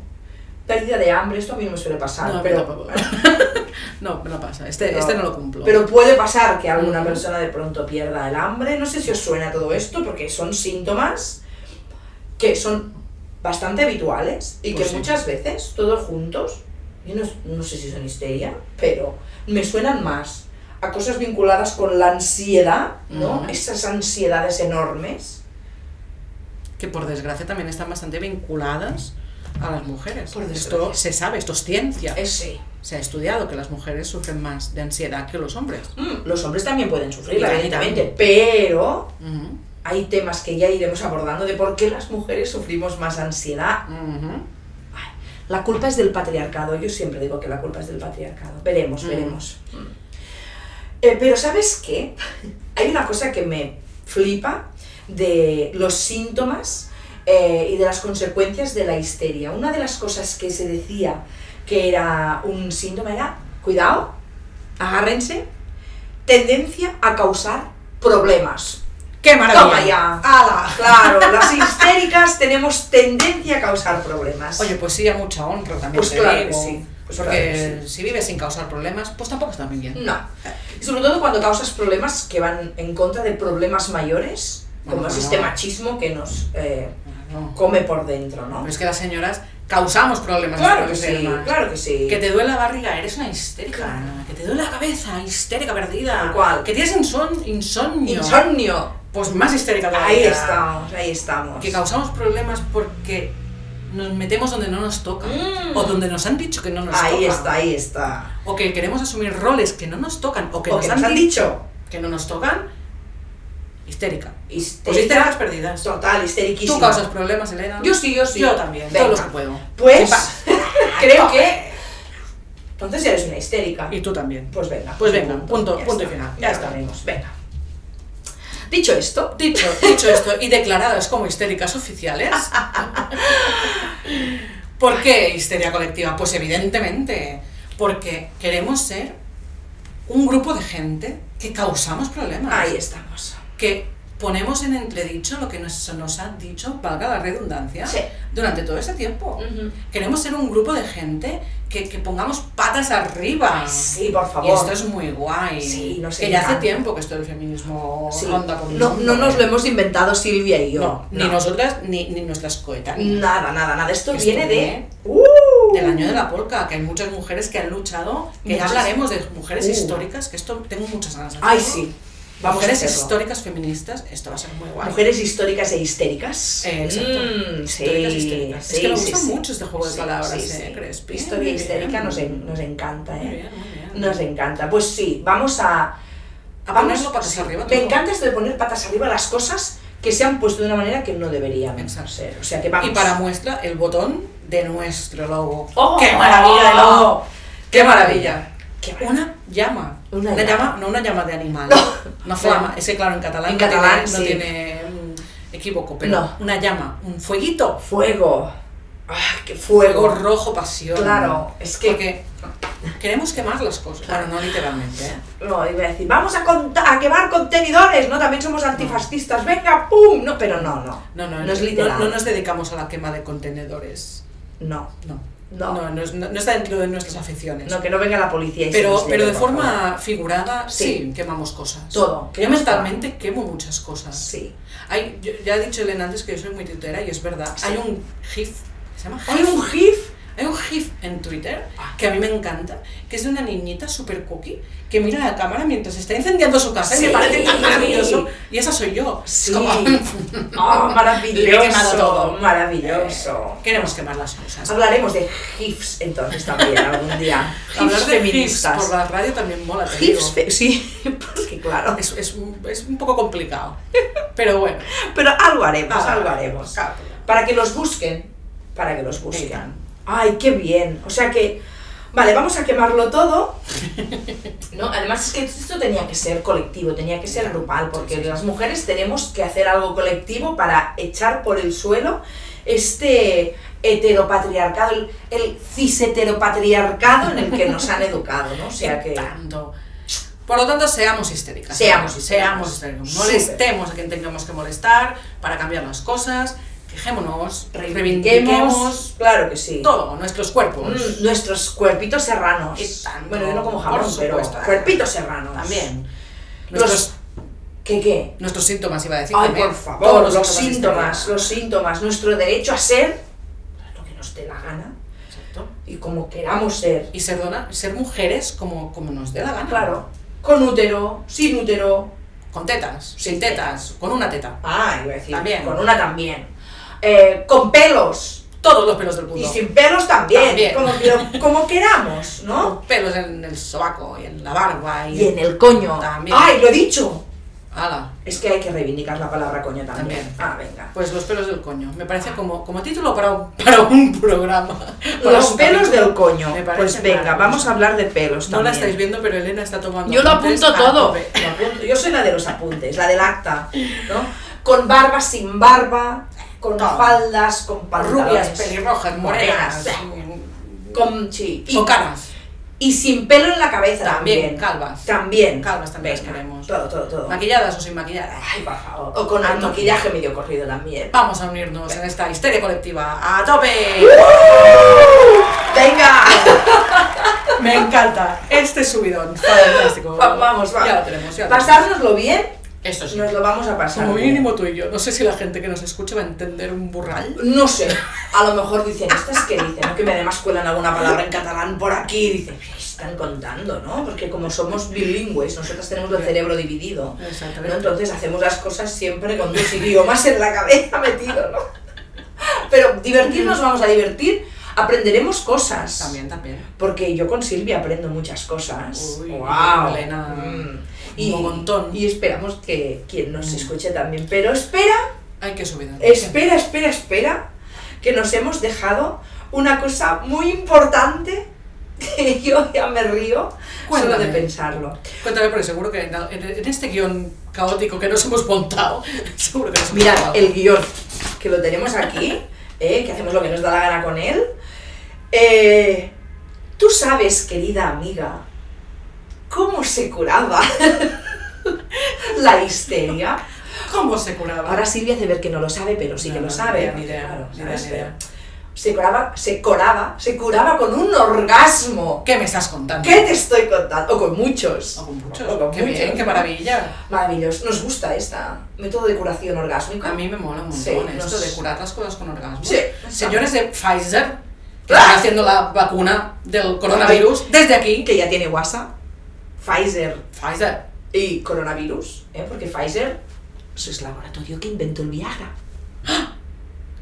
[SPEAKER 1] pérdida de hambre, esto a mí no me suele pasar,
[SPEAKER 2] No,
[SPEAKER 1] pero,
[SPEAKER 2] Ah, pero tampoco. no, no pasa. Este no,
[SPEAKER 1] No.
[SPEAKER 2] este no lo cumplo.
[SPEAKER 1] pero puede pasar que alguna
[SPEAKER 2] Mm.
[SPEAKER 1] persona de pronto pierda el hambre. No sé si os suena todo esto, porque son síntomas que son bastante habituales y
[SPEAKER 2] Pues
[SPEAKER 1] que
[SPEAKER 2] sí.
[SPEAKER 1] muchas veces, todos juntos, yo no, no sé si son histeria, pero me suenan más a cosas vinculadas con la ansiedad, ¿no?
[SPEAKER 2] Mm.
[SPEAKER 1] Esas ansiedades enormes.
[SPEAKER 2] que por desgracia también están bastante vinculadas a las mujeres.
[SPEAKER 1] Por
[SPEAKER 2] esto
[SPEAKER 1] desgracia.
[SPEAKER 2] se sabe, esto es ciencia.
[SPEAKER 1] Eh, sí.
[SPEAKER 2] Se ha estudiado que las mujeres sufren más de ansiedad que los hombres.
[SPEAKER 1] Mm, los hombres también pueden sufrir,
[SPEAKER 2] Y también.
[SPEAKER 1] evidentemente, pero
[SPEAKER 2] Ujú,
[SPEAKER 1] hay temas que ya iremos abordando de por qué las mujeres sufrimos más ansiedad
[SPEAKER 2] ujú.
[SPEAKER 1] La culpa es del patriarcado. Yo siempre digo que la culpa es del patriarcado. Veremos,
[SPEAKER 2] Mm.
[SPEAKER 1] veremos. Eh, pero ¿sabes qué? Hay una cosa que me flipa de los síntomas eh, y de las consecuencias de la histeria. Una de las cosas que se decía que era un síntoma era, cuidado, agárrense, tendencia a causar problemas.
[SPEAKER 2] ¡Qué
[SPEAKER 1] ¡Toma
[SPEAKER 2] maravilla!
[SPEAKER 1] ya! ¡Hala! Claro, las histéricas tenemos tendencia a causar problemas.
[SPEAKER 2] Oye, pues sí, a mucha honra también.
[SPEAKER 1] Pues
[SPEAKER 2] te
[SPEAKER 1] claro que
[SPEAKER 2] digo.
[SPEAKER 1] sí, pues
[SPEAKER 2] Porque
[SPEAKER 1] claro que
[SPEAKER 2] si vives sin causar problemas, pues tampoco está muy bien.
[SPEAKER 1] No. Y sobre todo cuando causas problemas que van en contra de problemas mayores, como
[SPEAKER 2] Bueno,
[SPEAKER 1] es
[SPEAKER 2] bueno.
[SPEAKER 1] este machismo que nos eh,
[SPEAKER 2] No.
[SPEAKER 1] come por dentro, ¿no?
[SPEAKER 2] Pero es que las señoras causamos problemas. a
[SPEAKER 1] Claro que
[SPEAKER 2] los
[SPEAKER 1] sí,
[SPEAKER 2] demás.
[SPEAKER 1] claro que sí.
[SPEAKER 2] Que te duele la barriga, eres una histérica.
[SPEAKER 1] Claro.
[SPEAKER 2] Que te duele la cabeza, histérica perdida.
[SPEAKER 1] Tal cual.
[SPEAKER 2] Que tienes inson- insomnio.
[SPEAKER 1] Insomnio.
[SPEAKER 2] pues más histérica todavía.
[SPEAKER 1] Ahí estamos, ahí estamos.
[SPEAKER 2] Que causamos problemas porque nos metemos donde no nos toca.
[SPEAKER 1] Mm.
[SPEAKER 2] O donde nos han dicho que no nos
[SPEAKER 1] ahí
[SPEAKER 2] toca.
[SPEAKER 1] está, ahí está.
[SPEAKER 2] O que queremos asumir roles que no nos tocan. O que,
[SPEAKER 1] O
[SPEAKER 2] nos, han dicho
[SPEAKER 1] dicho.
[SPEAKER 2] que no nos tocan. Histérica. Pues histéricas
[SPEAKER 1] Histérica.
[SPEAKER 2] perdidas.
[SPEAKER 1] Total,
[SPEAKER 2] Tú
[SPEAKER 1] histeriquísima.
[SPEAKER 2] causas problemas, Elena.
[SPEAKER 1] Yo sí, yo sí.
[SPEAKER 2] Yo también.
[SPEAKER 1] Venga.
[SPEAKER 2] Todos los que puedo.
[SPEAKER 1] Pues
[SPEAKER 2] Epa.
[SPEAKER 1] creo que... Entonces eres una histérica.
[SPEAKER 2] Y tú también.
[SPEAKER 1] Pues venga.
[SPEAKER 2] Pues venga, punto-
[SPEAKER 1] ya
[SPEAKER 2] punto y
[SPEAKER 1] está.
[SPEAKER 2] final.
[SPEAKER 1] Ya,
[SPEAKER 2] Ya está.
[SPEAKER 1] estaremos. Venga. Dicho esto,
[SPEAKER 2] Dicho, dicho esto y declaradas como histéricas oficiales. ¿Por qué histeria colectiva? Pues evidentemente, porque queremos ser un grupo de gente que causamos problemas,
[SPEAKER 1] ahí estamos.
[SPEAKER 2] que ponemos en entredicho lo que nos, nos han dicho, valga la redundancia,
[SPEAKER 1] Sí.
[SPEAKER 2] durante todo este tiempo. Queremos ser un grupo de gente que, que pongamos patas arriba.
[SPEAKER 1] Sí, por
[SPEAKER 2] Y esto
[SPEAKER 1] favor.
[SPEAKER 2] es muy guay.
[SPEAKER 1] Sí, nos
[SPEAKER 2] que ya hace
[SPEAKER 1] encanta.
[SPEAKER 2] tiempo que esto del feminismo
[SPEAKER 1] Sí.
[SPEAKER 2] ronda con
[SPEAKER 1] No, no nos lo hemos inventado Silvia y yo.
[SPEAKER 2] No, ni
[SPEAKER 1] No.
[SPEAKER 2] nosotras ni, ni nuestras coetáneas.
[SPEAKER 1] Nada, nada, nada. Esto
[SPEAKER 2] Esto
[SPEAKER 1] viene de...
[SPEAKER 2] viene
[SPEAKER 1] ¡Uh!
[SPEAKER 2] Del año de la polca, que hay muchas mujeres que han luchado, que ya
[SPEAKER 1] Muchas.
[SPEAKER 2] hablaremos de mujeres
[SPEAKER 1] Uh.
[SPEAKER 2] históricas, que esto tengo muchas ganas de
[SPEAKER 1] Ay,
[SPEAKER 2] hacerlo.
[SPEAKER 1] sí. Vamos
[SPEAKER 2] mujeres
[SPEAKER 1] a hacerlo.
[SPEAKER 2] históricas feministas, esto va a ser muy guay.
[SPEAKER 1] Mujeres históricas e histéricas.
[SPEAKER 2] Eh, exacto.
[SPEAKER 1] Mm, sí,
[SPEAKER 2] históricas, históricas. es
[SPEAKER 1] sí,
[SPEAKER 2] que me
[SPEAKER 1] sí,
[SPEAKER 2] gusta
[SPEAKER 1] sí.
[SPEAKER 2] mucho este juego de
[SPEAKER 1] Sí,
[SPEAKER 2] palabras,
[SPEAKER 1] sí,
[SPEAKER 2] eh,
[SPEAKER 1] sí.
[SPEAKER 2] Crespi.
[SPEAKER 1] Historia
[SPEAKER 2] Muy bien.
[SPEAKER 1] histérica nos, en- nos encanta,
[SPEAKER 2] Muy
[SPEAKER 1] ¿eh?
[SPEAKER 2] bien, muy bien.
[SPEAKER 1] Nos encanta. Pues sí, vamos a...
[SPEAKER 2] A
[SPEAKER 1] vamos-
[SPEAKER 2] ponerlo patas arriba
[SPEAKER 1] Me
[SPEAKER 2] todo.
[SPEAKER 1] encanta esto de poner patas arriba las cosas que se han puesto de una manera que no deberían
[SPEAKER 2] Exacto.
[SPEAKER 1] ser. O sea, que vamos...
[SPEAKER 2] Y para muestra, el botón de nuestro logo.
[SPEAKER 1] ¡Oh!
[SPEAKER 2] ¡Qué maravilla de logo! ¡Qué maravilla!
[SPEAKER 1] Qué maravilla.
[SPEAKER 2] Una llama.
[SPEAKER 1] Una
[SPEAKER 2] Una,
[SPEAKER 1] llama.
[SPEAKER 2] llama. no una llama de animal. Una flama. Es que claro, en catalán,
[SPEAKER 1] En
[SPEAKER 2] no tiene-
[SPEAKER 1] catalán,
[SPEAKER 2] no
[SPEAKER 1] sí.
[SPEAKER 2] tiene mm, equívoco, pero
[SPEAKER 1] No.
[SPEAKER 2] una llama, un fueguito.
[SPEAKER 1] Fuego. ¡Ah, qué
[SPEAKER 2] Fuego
[SPEAKER 1] fuego!
[SPEAKER 2] rojo pasión.
[SPEAKER 1] Claro, es que-
[SPEAKER 2] Porque queremos quemar las cosas.
[SPEAKER 1] Claro.
[SPEAKER 2] Bueno, no literalmente. ¿eh?
[SPEAKER 1] No, iba a decir, vamos a, cont- a quemar contenedores, ¿no? También somos antifascistas, venga, pum. No, pero no, no.
[SPEAKER 2] No, no,
[SPEAKER 1] No es literal.
[SPEAKER 2] No, no nos dedicamos a la quema de contenedores.
[SPEAKER 1] No,
[SPEAKER 2] No.
[SPEAKER 1] No.
[SPEAKER 2] No, es- no- no está dentro de nuestras aficiones.
[SPEAKER 1] no, que no venga la policía y se
[SPEAKER 2] pero,
[SPEAKER 1] nos
[SPEAKER 2] pero
[SPEAKER 1] lleve,
[SPEAKER 2] de
[SPEAKER 1] por favor.
[SPEAKER 2] forma figurada,
[SPEAKER 1] Sí.
[SPEAKER 2] sí. quemamos cosas.
[SPEAKER 1] Todo.
[SPEAKER 2] Yo mentalmente quemo muchas cosas.
[SPEAKER 1] Sí.
[SPEAKER 2] Hay, yo- ya ha dicho Elena antes que yo soy muy tuitera y es verdad.
[SPEAKER 1] Sí.
[SPEAKER 2] Hay un GIF, ¿se llama
[SPEAKER 1] Hay
[SPEAKER 2] GIF?
[SPEAKER 1] un GIF. Ah.
[SPEAKER 2] Hay un GIF en Twitter que a mí me encanta, que es de una niñita super cookie que mira a la cámara mientras está incendiando su casa y
[SPEAKER 1] Sí.
[SPEAKER 2] me parece tan maravilloso. Y esa soy yo. Es
[SPEAKER 1] Sí.
[SPEAKER 2] como-
[SPEAKER 1] Oh,
[SPEAKER 2] Le he
[SPEAKER 1] maravilloso.
[SPEAKER 2] quemado todo.
[SPEAKER 1] Maravilloso.
[SPEAKER 2] Queremos quemar las cosas.
[SPEAKER 1] Eh, Hablaremos de GIFs entonces también algún día.
[SPEAKER 2] Hablar
[SPEAKER 1] GIFs
[SPEAKER 2] de GIFs
[SPEAKER 1] feministas.
[SPEAKER 2] por la radio también mola. te digo.
[SPEAKER 1] GIFs, fe- sí, porque claro.
[SPEAKER 2] es, es, un- es un poco complicado. Pero bueno.
[SPEAKER 1] Pero algo haremos, algo
[SPEAKER 2] salvaremos.
[SPEAKER 1] haremos. Para que los busquen. Para que los busquen. Ay, qué bien. O sea que. Vale, vamos a quemarlo todo. No, además es que esto tenía que ser colectivo, tenía que ser grupal, porque las mujeres tenemos que hacer algo colectivo para echar por el suelo este heteropatriarcado, el, el cis-heteropatriarcado en el que nos han educado, ¿no? O sea que.
[SPEAKER 2] tanto. Por lo tanto, seamos histéricas.
[SPEAKER 1] Seamos histéricas.
[SPEAKER 2] Seamos histéricas. Molestemos a quien tengamos que molestar para cambiar las cosas. fijémonos,
[SPEAKER 1] Reivindiquemos,
[SPEAKER 2] reivindiquemos
[SPEAKER 1] claro que sí.
[SPEAKER 2] todo, nuestros cuerpos.
[SPEAKER 1] Mm, nuestros cuerpitos serranos.
[SPEAKER 2] Y Pues- tanto,
[SPEAKER 1] bueno, yo no como jamón,
[SPEAKER 2] por
[SPEAKER 1] pero
[SPEAKER 2] supuesto.
[SPEAKER 1] cuerpitos serranos.
[SPEAKER 2] También.
[SPEAKER 1] Los-
[SPEAKER 2] Nuestros,
[SPEAKER 1] ¿Qué qué?
[SPEAKER 2] nuestros síntomas, iba a decir.
[SPEAKER 1] Ay,
[SPEAKER 2] también.
[SPEAKER 1] por favor,
[SPEAKER 2] Todos
[SPEAKER 1] los,
[SPEAKER 2] de
[SPEAKER 1] síntomas,
[SPEAKER 2] histeria.
[SPEAKER 1] los síntomas, nuestro derecho a ser lo que nos dé la gana
[SPEAKER 2] Exacto.
[SPEAKER 1] y como queramos ser.
[SPEAKER 2] Y ser, dona- ser mujeres como, como nos dé la gana.
[SPEAKER 1] Claro, con útero, sin útero.
[SPEAKER 2] Con tetas, sin tetas, con una teta.
[SPEAKER 1] Ah, iba a decir,
[SPEAKER 2] También.
[SPEAKER 1] con una también. Eh, con pelos
[SPEAKER 2] Todos los pelos del
[SPEAKER 1] y
[SPEAKER 2] mundo.
[SPEAKER 1] sin pelos también,
[SPEAKER 2] También.
[SPEAKER 1] Como, que- como queramos, ¿no?
[SPEAKER 2] Con pelos en el sobaco y en la barba y,
[SPEAKER 1] Y en el coño.
[SPEAKER 2] También.
[SPEAKER 1] ¡Ay, lo he dicho!
[SPEAKER 2] Ala.
[SPEAKER 1] Es que hay que reivindicar la palabra coño también.
[SPEAKER 2] También.
[SPEAKER 1] Ah, venga.
[SPEAKER 2] Pues los pelos del coño. Me parece como, como título para un, para un programa. Para
[SPEAKER 1] Los
[SPEAKER 2] un
[SPEAKER 1] pelos
[SPEAKER 2] capítulo.
[SPEAKER 1] del coño.
[SPEAKER 2] Me parece
[SPEAKER 1] Pues venga,
[SPEAKER 2] maravilloso.
[SPEAKER 1] vamos a hablar de pelos
[SPEAKER 2] No
[SPEAKER 1] también.
[SPEAKER 2] la estáis viendo, pero Elena está tomando.
[SPEAKER 1] Yo lo
[SPEAKER 2] apuntes
[SPEAKER 1] apunto
[SPEAKER 2] a
[SPEAKER 1] todo.
[SPEAKER 2] tope.
[SPEAKER 1] Lo apunto. Yo soy la de los apuntes, la del acta, ¿no? Con barba, sin barba, con
[SPEAKER 2] Todo.
[SPEAKER 1] faldas, con pantalones.
[SPEAKER 2] Rubias, pelirrojas, morenas.
[SPEAKER 1] Con, sí. Y,
[SPEAKER 2] o caras.
[SPEAKER 1] y sin pelo en la cabeza también.
[SPEAKER 2] También, calvas.
[SPEAKER 1] También.
[SPEAKER 2] Calvas también las
[SPEAKER 1] Venga,
[SPEAKER 2] queremos.
[SPEAKER 1] Todo, todo, todo.
[SPEAKER 2] Maquilladas o sin maquillar.
[SPEAKER 1] Ay, por favor. O con
[SPEAKER 2] Ah,
[SPEAKER 1] el
[SPEAKER 2] no.
[SPEAKER 1] maquillaje medio corrido también.
[SPEAKER 2] Vamos a unirnos en esta histeria colectiva. ¡A tope!
[SPEAKER 1] ¡Venga!
[SPEAKER 2] Me encanta. Este subidón. Fantástico.
[SPEAKER 1] Va- vamos, vamos.
[SPEAKER 2] Ya lo tenemos, ya lo tenemos.
[SPEAKER 1] Pasárnoslo bien,
[SPEAKER 2] Eso sí.
[SPEAKER 1] nos lo vamos a pasar.
[SPEAKER 2] Como
[SPEAKER 1] bien.
[SPEAKER 2] mínimo tú y yo. No sé si la gente que nos escucha va a entender un burral.
[SPEAKER 1] No sé, a lo mejor dicen, ¿estas que dicen? ¿no? Que me además cuelan alguna palabra en catalán por aquí. Dicen, "¿Qué están contando, ¿no? Porque como somos bilingües, nosotros tenemos el cerebro dividido. ¿no?
[SPEAKER 2] Exactamente.
[SPEAKER 1] Entonces hacemos las cosas siempre con dos idiomas en la cabeza metido, ¿no? Pero divertirnos vamos a divertir, aprenderemos cosas.
[SPEAKER 2] También, también.
[SPEAKER 1] Porque yo con Silvia aprendo muchas cosas.
[SPEAKER 2] Uy,
[SPEAKER 1] ¡Guau!
[SPEAKER 2] Elena,
[SPEAKER 1] Mm.
[SPEAKER 2] un montón.
[SPEAKER 1] Y esperamos que quien nos
[SPEAKER 2] Mm.
[SPEAKER 1] escuche también. Pero espera
[SPEAKER 2] Hay que subidón.
[SPEAKER 1] Espera, espera, espera, que nos hemos dejado una cosa muy importante que yo ya me río solo
[SPEAKER 2] Cuéntame.
[SPEAKER 1] de pensarlo.
[SPEAKER 2] Cuéntame, porque seguro que en, en este guión caótico que nos hemos montado, seguro que nos hemos
[SPEAKER 1] Mirad,
[SPEAKER 2] montado.
[SPEAKER 1] el guión que lo tenemos aquí, eh, que hacemos lo que nos da la gana con él. Eh, Tú sabes, querida amiga, cómo se curaba la histeria.
[SPEAKER 2] ¿Cómo se curaba?
[SPEAKER 1] Ahora Silvia hace ver que no lo sabe, pero sí que
[SPEAKER 2] No,
[SPEAKER 1] lo
[SPEAKER 2] no,
[SPEAKER 1] sabe. este.
[SPEAKER 2] Ni idea,
[SPEAKER 1] Claro,
[SPEAKER 2] ni idea,
[SPEAKER 1] ¿sabes?
[SPEAKER 2] ni idea.
[SPEAKER 1] se curaba, se coraba, se curaba con un orgasmo.
[SPEAKER 2] ¿Qué me estás contando?
[SPEAKER 1] ¿Qué te estoy contando? O con muchos.
[SPEAKER 2] O con muchos.
[SPEAKER 1] O con
[SPEAKER 2] qué
[SPEAKER 1] muchos,
[SPEAKER 2] bien, qué
[SPEAKER 1] ¿no?
[SPEAKER 2] maravilla.
[SPEAKER 1] Maravilloso. Nos gusta esta método de curación orgásmica.
[SPEAKER 2] A mí me mola un montón
[SPEAKER 1] Sí,
[SPEAKER 2] esto
[SPEAKER 1] nos-
[SPEAKER 2] de curar las cosas con orgasmo.
[SPEAKER 1] Sí.
[SPEAKER 2] Señores de Pfizer, que
[SPEAKER 1] Ah.
[SPEAKER 2] están haciendo la vacuna del coronavirus, desde aquí.
[SPEAKER 1] que ya tiene WhatsApp, Pfizer
[SPEAKER 2] Pfizer.
[SPEAKER 1] y coronavirus, ¿eh? porque Pfizer pues, es el laboratorio que inventó el Viagra.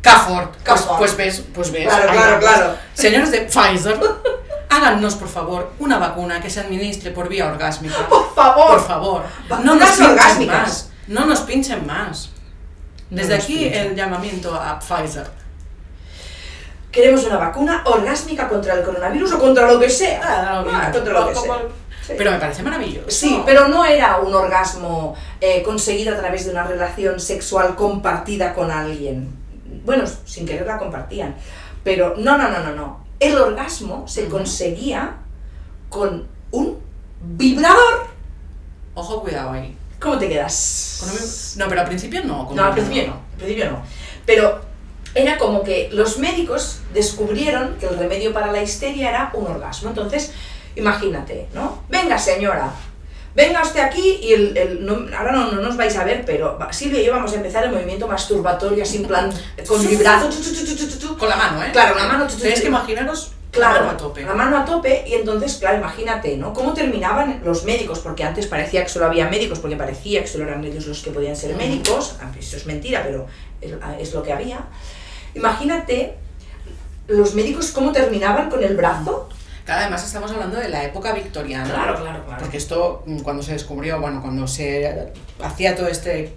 [SPEAKER 2] Cafford. Pues,
[SPEAKER 1] Cafford.
[SPEAKER 2] pues ves, pues ves.
[SPEAKER 1] Claro,
[SPEAKER 2] Ahí
[SPEAKER 1] claro,
[SPEAKER 2] vamos.
[SPEAKER 1] claro.
[SPEAKER 2] Señores de Pfizer, háganos por favor una vacuna que se administre por vía orgásmica.
[SPEAKER 1] Por favor.
[SPEAKER 2] Por favor. No
[SPEAKER 1] Vacunas
[SPEAKER 2] nos pinchen
[SPEAKER 1] orgásmicas.
[SPEAKER 2] más. No nos pinchen más.
[SPEAKER 1] No
[SPEAKER 2] Desde
[SPEAKER 1] nos
[SPEAKER 2] aquí
[SPEAKER 1] pinchen.
[SPEAKER 2] el llamamiento a Pfizer.
[SPEAKER 1] Queremos una vacuna orgásmica contra el coronavirus o contra lo que sea. Ah, contra lo que sea. Sí.
[SPEAKER 2] Pero me parece maravilloso.
[SPEAKER 1] Sí, pero no era un orgasmo eh, conseguido a través de una relación sexual compartida con alguien. Bueno, sin querer la compartían. Pero no, no, no, no, no. El orgasmo se
[SPEAKER 2] Ujú.
[SPEAKER 1] conseguía con un vibrador.
[SPEAKER 2] Ojo, cuidado ahí.
[SPEAKER 1] ¿Cómo te
[SPEAKER 2] Con un-
[SPEAKER 1] quedas?
[SPEAKER 2] No, pero al principio no. con
[SPEAKER 1] No,
[SPEAKER 2] un-
[SPEAKER 1] al principio no. Al principio no. Pero era como que los médicos descubrieron que el remedio para la histeria era un orgasmo. Entonces, imagínate, ¿no? Venga, señora. Venga usted aquí y el, el- no- ahora no, no nos vais a ver, pero va- Silvia y yo vamos a empezar el movimiento masturbatorio así en plan con vibrato. tu, tu, tu, tu, tu, tu, tu.
[SPEAKER 2] Con la mano, ¿eh?
[SPEAKER 1] Claro, la mano, tú- tú-
[SPEAKER 2] Tenéis
[SPEAKER 1] tú-
[SPEAKER 2] que imaginaros
[SPEAKER 1] Claro,
[SPEAKER 2] la mano a tope.
[SPEAKER 1] la mano a tope y entonces, claro, imagínate, ¿no? ¿Cómo terminaban los médicos? Porque antes parecía que solo había médicos, porque parecía que solo eran ellos los que podían ser
[SPEAKER 2] Ujú.
[SPEAKER 1] médicos, aunque eso es mentira, pero es, es lo que había. Imagínate los médicos cómo terminaban con el brazo.
[SPEAKER 2] Claro, además estamos hablando de la época victoriana.
[SPEAKER 1] claro, claro.
[SPEAKER 2] Porque esto, mm, cuando se descubrió, bueno, cuando se hacía todo este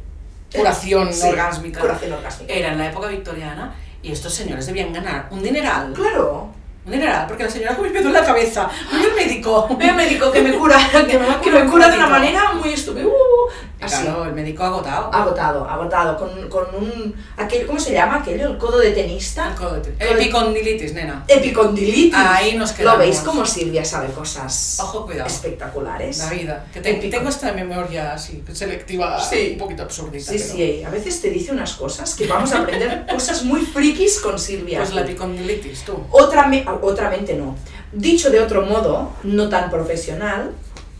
[SPEAKER 2] curación
[SPEAKER 1] Sí,
[SPEAKER 2] orgásmica, Eh,
[SPEAKER 1] Curación orgásmica.
[SPEAKER 2] era en la época victoriana y estos señores debían ganar un dineral.
[SPEAKER 1] Claro.
[SPEAKER 2] Un dineral, porque la señora con el en la cabeza. ¡Voy al médico!
[SPEAKER 1] Ve al médico que me cura, que, que me cura de una manera muy estúpida. así.
[SPEAKER 2] uh, Claro, el médico agotado.
[SPEAKER 1] Agotado, agotado, con, con un... Aquello, ¿Cómo se llama aquello? ¿El codo de
[SPEAKER 2] El
[SPEAKER 1] tenista?
[SPEAKER 2] codo de-
[SPEAKER 1] Codo-
[SPEAKER 2] Epicondilitis, nena.
[SPEAKER 1] Epicondilitis.
[SPEAKER 2] Ahí nos
[SPEAKER 1] Lo
[SPEAKER 2] quedamos.
[SPEAKER 1] veis como Silvia sabe cosas
[SPEAKER 2] Ojo, cuidado.
[SPEAKER 1] espectaculares.
[SPEAKER 2] La vida. Que te-
[SPEAKER 1] Épico.
[SPEAKER 2] tengo esta memoria así, selectiva,
[SPEAKER 1] Sí.
[SPEAKER 2] un poquito absurdita.
[SPEAKER 1] Sí,
[SPEAKER 2] pero-
[SPEAKER 1] sí, a veces te dice unas cosas que vamos a aprender cosas muy frikis con Silvia.
[SPEAKER 2] Pues la epicondilitis, tú.
[SPEAKER 1] Otra, me- ah, otra mente no. Dicho de otro modo, no tan profesional,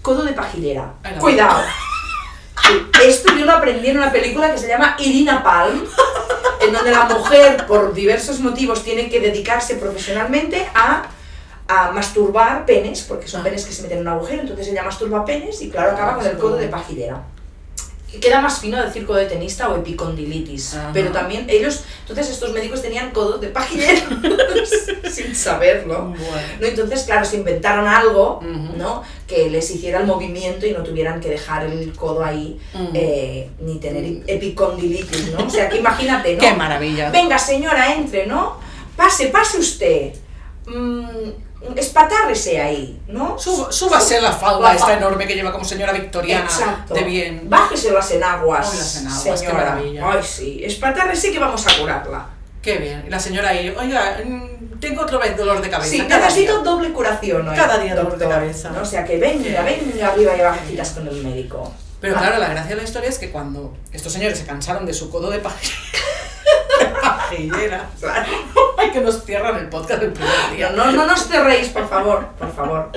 [SPEAKER 1] codo de pajillera.
[SPEAKER 2] Ay, la
[SPEAKER 1] Cuidado. Esto yo lo aprendí en una película que se llama Irina Palm, en donde la mujer, por diversos motivos, tiene que dedicarse profesionalmente a, a masturbar penes, porque son
[SPEAKER 2] Ah.
[SPEAKER 1] penes que se meten en un agujero, entonces ella masturba penes y claro, acaba con el codo
[SPEAKER 2] Ah,
[SPEAKER 1] de pajillera. Y Queda más fino decir codo de tenista o epicondilitis,
[SPEAKER 2] Ajá.
[SPEAKER 1] pero también ellos, entonces estos médicos tenían codo de pajillera Pues, sin saberlo.
[SPEAKER 2] Bueno.
[SPEAKER 1] ¿No? Entonces, claro, se inventaron algo,
[SPEAKER 2] Ujú.
[SPEAKER 1] ¿no? Que les hiciera el movimiento y no tuvieran que dejar el codo ahí,
[SPEAKER 2] Mm.
[SPEAKER 1] eh, ni tener epicondilitis, ¿no? O sea, que imagínate, ¿no?
[SPEAKER 2] Qué maravilla.
[SPEAKER 1] Venga, señora, entre, ¿no? Pase, pase usted. Mm, espatárrese ahí, ¿no?
[SPEAKER 2] Sub- súbase la falda
[SPEAKER 1] Guapa.
[SPEAKER 2] esta enorme que lleva como señora victoriana
[SPEAKER 1] Exacto.
[SPEAKER 2] de bien.
[SPEAKER 1] Bájese las enaguas,
[SPEAKER 2] Ay, las enaguas, qué
[SPEAKER 1] señora.
[SPEAKER 2] maravilla.
[SPEAKER 1] Ay, sí. Espatárrese que vamos a curarla.
[SPEAKER 2] Qué bien. Y la señora ahí, oiga, mm, tengo otra vez dolor de cabeza.
[SPEAKER 1] Sí,
[SPEAKER 2] cada
[SPEAKER 1] necesito
[SPEAKER 2] día.
[SPEAKER 1] doble curación hoy,
[SPEAKER 2] Cada día dolor de
[SPEAKER 1] doctor,
[SPEAKER 2] cabeza.
[SPEAKER 1] ¿no? O sea, que venga, venga arriba y abajitas con el médico.
[SPEAKER 2] Pero
[SPEAKER 1] Ah.
[SPEAKER 2] claro, la gracia de la historia es que cuando estos señores se cansaron de su codo de pajillera, de pajillera, ay, que nos cierran el podcast el primer día.
[SPEAKER 1] No, no nos cerréis, por favor, por favor.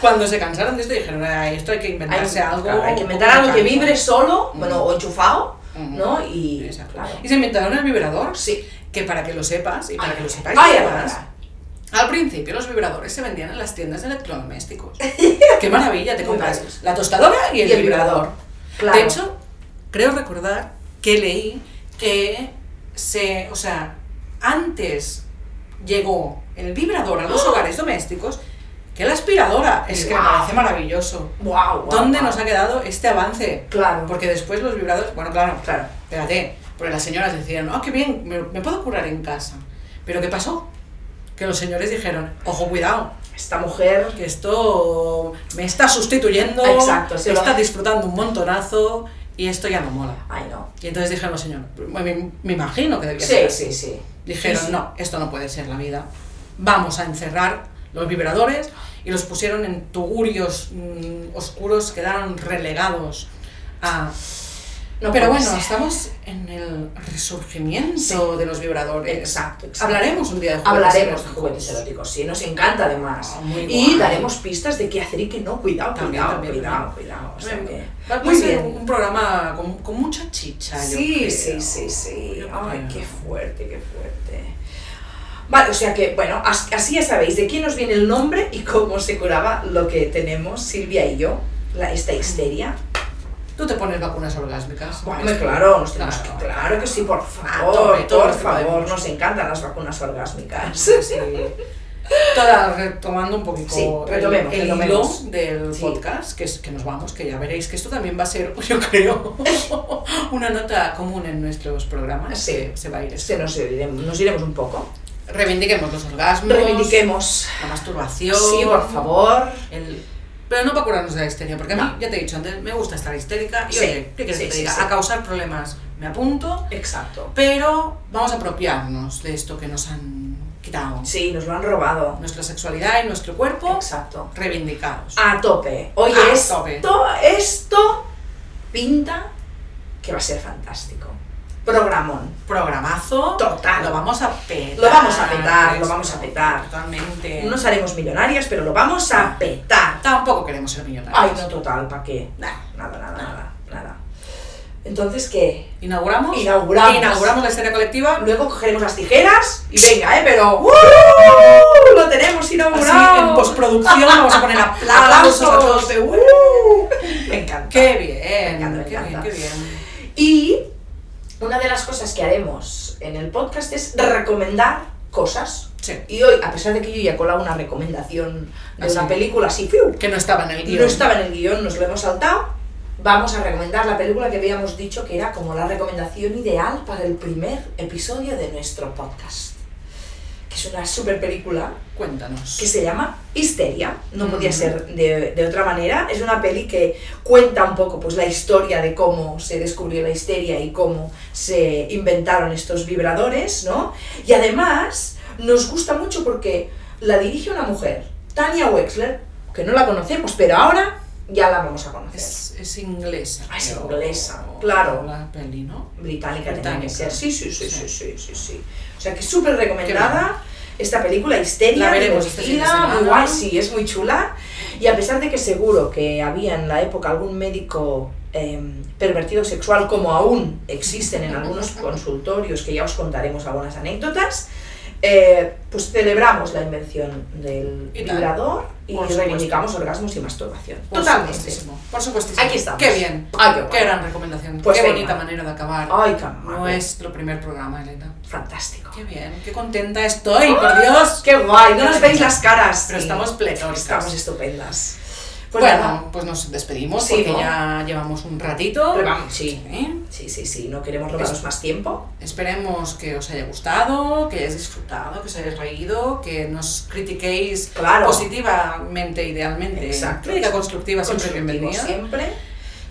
[SPEAKER 2] Cuando se cansaron de esto dijeron, "Ah, esto hay que
[SPEAKER 1] Hay,
[SPEAKER 2] inventarse
[SPEAKER 1] que-
[SPEAKER 2] algo.
[SPEAKER 1] claro, hay que inventar
[SPEAKER 2] un poco
[SPEAKER 1] algo que
[SPEAKER 2] mecánico".
[SPEAKER 1] vibre solo,
[SPEAKER 2] Ujú.
[SPEAKER 1] bueno, o enchufado,
[SPEAKER 2] Ujú.
[SPEAKER 1] ¿no? Y,
[SPEAKER 2] Mm. Exacto.
[SPEAKER 1] claro.
[SPEAKER 2] Y se inventaron el vibrador,
[SPEAKER 1] Sí.
[SPEAKER 2] que para que lo sepas y para que lo sepáis
[SPEAKER 1] Ay, ay,
[SPEAKER 2] todas,
[SPEAKER 1] ay,
[SPEAKER 2] Al principio los vibradores se vendían en las tiendas de electrodomésticos. ¡Qué maravilla! Te
[SPEAKER 1] Muy
[SPEAKER 2] compras
[SPEAKER 1] baratos.
[SPEAKER 2] la tostadora y el, vibrador.
[SPEAKER 1] Claro.
[SPEAKER 2] De hecho, creo recordar que leí que se, o sea, antes llegó el vibrador a los hogares domésticos que la aspiradora. Es que me
[SPEAKER 1] ¡Oh! Guau.
[SPEAKER 2] parece maravilloso.
[SPEAKER 1] wow,
[SPEAKER 2] ¿Dónde nos ha quedado este avance?
[SPEAKER 1] Claro.
[SPEAKER 2] Porque después los vibradores, bueno, claro,
[SPEAKER 1] Claro.
[SPEAKER 2] espérate, porque las señoras decían, oh, qué bien, me, me puedo curar en casa. Pero ¿qué pasó? Que los señores dijeron, ojo, cuidado,
[SPEAKER 1] Esta mujer
[SPEAKER 2] que esto me está sustituyendo,
[SPEAKER 1] Exacto, se
[SPEAKER 2] me
[SPEAKER 1] lo-
[SPEAKER 2] está disfrutando un montonazo y esto ya no mola.
[SPEAKER 1] Ay, no.
[SPEAKER 2] Y entonces dijeron los señores, me, me imagino que debía ser
[SPEAKER 1] Sí,
[SPEAKER 2] así.
[SPEAKER 1] sí, sí.
[SPEAKER 2] Dijeron,
[SPEAKER 1] Sí, sí.
[SPEAKER 2] no, esto no puede ser la vida. Vamos a encerrar los vibradores y los pusieron en tugurios mm, oscuros, quedaron relegados a...
[SPEAKER 1] No
[SPEAKER 2] Pero
[SPEAKER 1] puede
[SPEAKER 2] bueno,
[SPEAKER 1] ser.
[SPEAKER 2] estamos en el resurgimiento de los vibradores.
[SPEAKER 1] Exacto, exacto.
[SPEAKER 2] Hablaremos un día de juguetes
[SPEAKER 1] Hablaremos de
[SPEAKER 2] eróticos.
[SPEAKER 1] juguetes eróticos, sí, nos encanta además.
[SPEAKER 2] Ah, muy
[SPEAKER 1] y
[SPEAKER 2] guay.
[SPEAKER 1] daremos pistas de qué hacer y qué no. Cuidado,
[SPEAKER 2] También,
[SPEAKER 1] cuidado,
[SPEAKER 2] también,
[SPEAKER 1] cuidado, cuidado. o sea que-
[SPEAKER 2] Va a
[SPEAKER 1] Muy
[SPEAKER 2] ser
[SPEAKER 1] bien.
[SPEAKER 2] un programa con, con mucha chicha. yo
[SPEAKER 1] Sí,
[SPEAKER 2] creo.
[SPEAKER 1] sí, sí, sí.
[SPEAKER 2] Yo
[SPEAKER 1] Ay,
[SPEAKER 2] creo.
[SPEAKER 1] qué fuerte, qué fuerte. Vale, o sea que, bueno, as- así ya sabéis de quién nos viene el nombre y cómo se curaba lo que tenemos Silvia y yo, la, esta histeria.
[SPEAKER 2] Ah, Tú te pones vacunas orgásmicas.
[SPEAKER 1] Hombre, claro, nos tenemos
[SPEAKER 2] Claro.
[SPEAKER 1] que, claro que sí, por favor,
[SPEAKER 2] tope, todo
[SPEAKER 1] por
[SPEAKER 2] lo que
[SPEAKER 1] favor,
[SPEAKER 2] podemos.
[SPEAKER 1] nos encantan las vacunas orgásmicas.
[SPEAKER 2] Sí. Toda retomando un poquito
[SPEAKER 1] Sí, retomemos,
[SPEAKER 2] el, el
[SPEAKER 1] retomemos.
[SPEAKER 2] hilo del
[SPEAKER 1] Sí.
[SPEAKER 2] podcast, que, es, que nos vamos, que ya veréis que esto también va a ser, yo creo, una nota común en nuestros programas.
[SPEAKER 1] Sí.
[SPEAKER 2] que se va a ir. esto.
[SPEAKER 1] Se nos, iremos, nos iremos un poco.
[SPEAKER 2] Reivindiquemos los orgasmos,
[SPEAKER 1] Reivindiquemos.
[SPEAKER 2] la masturbación.
[SPEAKER 1] Sí, por favor.
[SPEAKER 2] el- Pero no para curarnos de la histeria, porque a mí,
[SPEAKER 1] No.
[SPEAKER 2] ya te he dicho antes, me gusta estar histérica y
[SPEAKER 1] Sí,
[SPEAKER 2] oye, ¿qué quieres
[SPEAKER 1] sí,
[SPEAKER 2] que te
[SPEAKER 1] sí,
[SPEAKER 2] diga?
[SPEAKER 1] sí.
[SPEAKER 2] A causar problemas me apunto,
[SPEAKER 1] Exacto.
[SPEAKER 2] pero vamos a apropiarnos de esto que nos han quitado.
[SPEAKER 1] Sí, nos lo han robado.
[SPEAKER 2] Nuestra sexualidad y nuestro cuerpo
[SPEAKER 1] Exacto.
[SPEAKER 2] reivindicados.
[SPEAKER 1] A tope. Oye,
[SPEAKER 2] A
[SPEAKER 1] esto,
[SPEAKER 2] tope.
[SPEAKER 1] esto pinta que va a ser fantástico. Programón.
[SPEAKER 2] Programazo.
[SPEAKER 1] Total.
[SPEAKER 2] Lo vamos a petar.
[SPEAKER 1] Lo vamos a petar, lo vamos a petar.
[SPEAKER 2] Totalmente.
[SPEAKER 1] No nos haremos millonarias, pero lo vamos a petar.
[SPEAKER 2] Tampoco queremos ser millonarios.
[SPEAKER 1] Ay, no, total, ¿para qué? Nah, nada, nada, nada, nada. Entonces, ¿qué?
[SPEAKER 2] Inauguramos.
[SPEAKER 1] Inauguramos.
[SPEAKER 2] Inauguramos la histeria colectiva.
[SPEAKER 1] Luego cogeremos las tijeras y venga, ¿eh? Pero ¡uh! lo tenemos
[SPEAKER 2] Así,
[SPEAKER 1] inaugurado.
[SPEAKER 2] en postproducción vamos a poner aplausos a todos de "Uh".
[SPEAKER 1] ¡uh! Me encanta.
[SPEAKER 2] Qué bien,
[SPEAKER 1] Me encanta,
[SPEAKER 2] qué
[SPEAKER 1] me
[SPEAKER 2] bien,
[SPEAKER 1] encanta.
[SPEAKER 2] qué bien.
[SPEAKER 1] Y una de las cosas que haremos en el podcast es recomendar cosas.
[SPEAKER 2] Sí.
[SPEAKER 1] Y hoy, a pesar de que yo ya he colado una recomendación de
[SPEAKER 2] Así.
[SPEAKER 1] una película así, ¡fiu!
[SPEAKER 2] Que no estaba en ¿Ah, el guión.
[SPEAKER 1] no estaba en el guión, nos lo hemos saltado, vamos a recomendar la película que habíamos dicho que era como la recomendación ideal para el primer episodio de nuestro podcast. que es una super película
[SPEAKER 2] Cuéntanos.
[SPEAKER 1] que se llama Histeria, no podía
[SPEAKER 2] Mm.
[SPEAKER 1] ser de, de otra manera. Es una peli que cuenta un poco pues, la historia de cómo se descubrió la histeria y cómo se inventaron estos vibradores, ¿no? Y además nos gusta mucho porque la dirige una mujer, Tania Wexler, que no la conocemos, pero ahora ya la vamos a conocer.
[SPEAKER 2] Es, es inglesa.
[SPEAKER 1] Ah, es
[SPEAKER 2] creo,
[SPEAKER 1] inglesa, claro.
[SPEAKER 2] La peli, ¿no?
[SPEAKER 1] británica tenía que
[SPEAKER 2] Británica.
[SPEAKER 1] ser. Sí, sí, sí,
[SPEAKER 2] Sí.
[SPEAKER 1] sí, sí, sí, sí. O sea que súper recomendada esta película, Histeria,
[SPEAKER 2] La veremos este fin de
[SPEAKER 1] divertida, muy
[SPEAKER 2] semana.
[SPEAKER 1] guay, sí, es muy chula. Y a pesar de que seguro que había en la época algún médico em, pervertido sexual, como aún existen en algunos consultorios, que ya os contaremos algunas anécdotas, eh, pues celebramos la invención del
[SPEAKER 2] Y tal.
[SPEAKER 1] vibrador y
[SPEAKER 2] Por supuesto.
[SPEAKER 1] reivindicamos orgasmos y masturbación.
[SPEAKER 2] Por
[SPEAKER 1] Totalmente.
[SPEAKER 2] supuestísimo, Por supuestísimo.
[SPEAKER 1] Aquí estamos.
[SPEAKER 2] Qué bien.
[SPEAKER 1] Ay, qué guay.
[SPEAKER 2] gran recomendación.
[SPEAKER 1] Pues
[SPEAKER 2] qué
[SPEAKER 1] venga. Ah.
[SPEAKER 2] bonita manera de acabar
[SPEAKER 1] Ay, qué maco.
[SPEAKER 2] nuestro primer programa, Elena.
[SPEAKER 1] Fantástico.
[SPEAKER 2] Qué bien. Qué contenta estoy, por Dios.
[SPEAKER 1] Ah. ¡Qué guay! No nos veis las caras.
[SPEAKER 2] Pero
[SPEAKER 1] Sí.
[SPEAKER 2] estamos pletóricas.
[SPEAKER 1] Estamos estupendas. Pues
[SPEAKER 2] bueno,
[SPEAKER 1] nada.
[SPEAKER 2] pues nos despedimos
[SPEAKER 1] Sí,
[SPEAKER 2] porque
[SPEAKER 1] ¿no?
[SPEAKER 2] ya llevamos un ratito.
[SPEAKER 1] Pero vamos, sí.
[SPEAKER 2] Sí.
[SPEAKER 1] Sí, sí, sí. No queremos robaros más tiempo.
[SPEAKER 2] Esperemos que os haya gustado, que hayáis disfrutado, que os hayáis reído, que nos critiquéis
[SPEAKER 1] Claro.
[SPEAKER 2] positivamente, idealmente.
[SPEAKER 1] Exacto.
[SPEAKER 2] Crítica constructiva siempre
[SPEAKER 1] Constructivo
[SPEAKER 2] bienvenida.
[SPEAKER 1] siempre.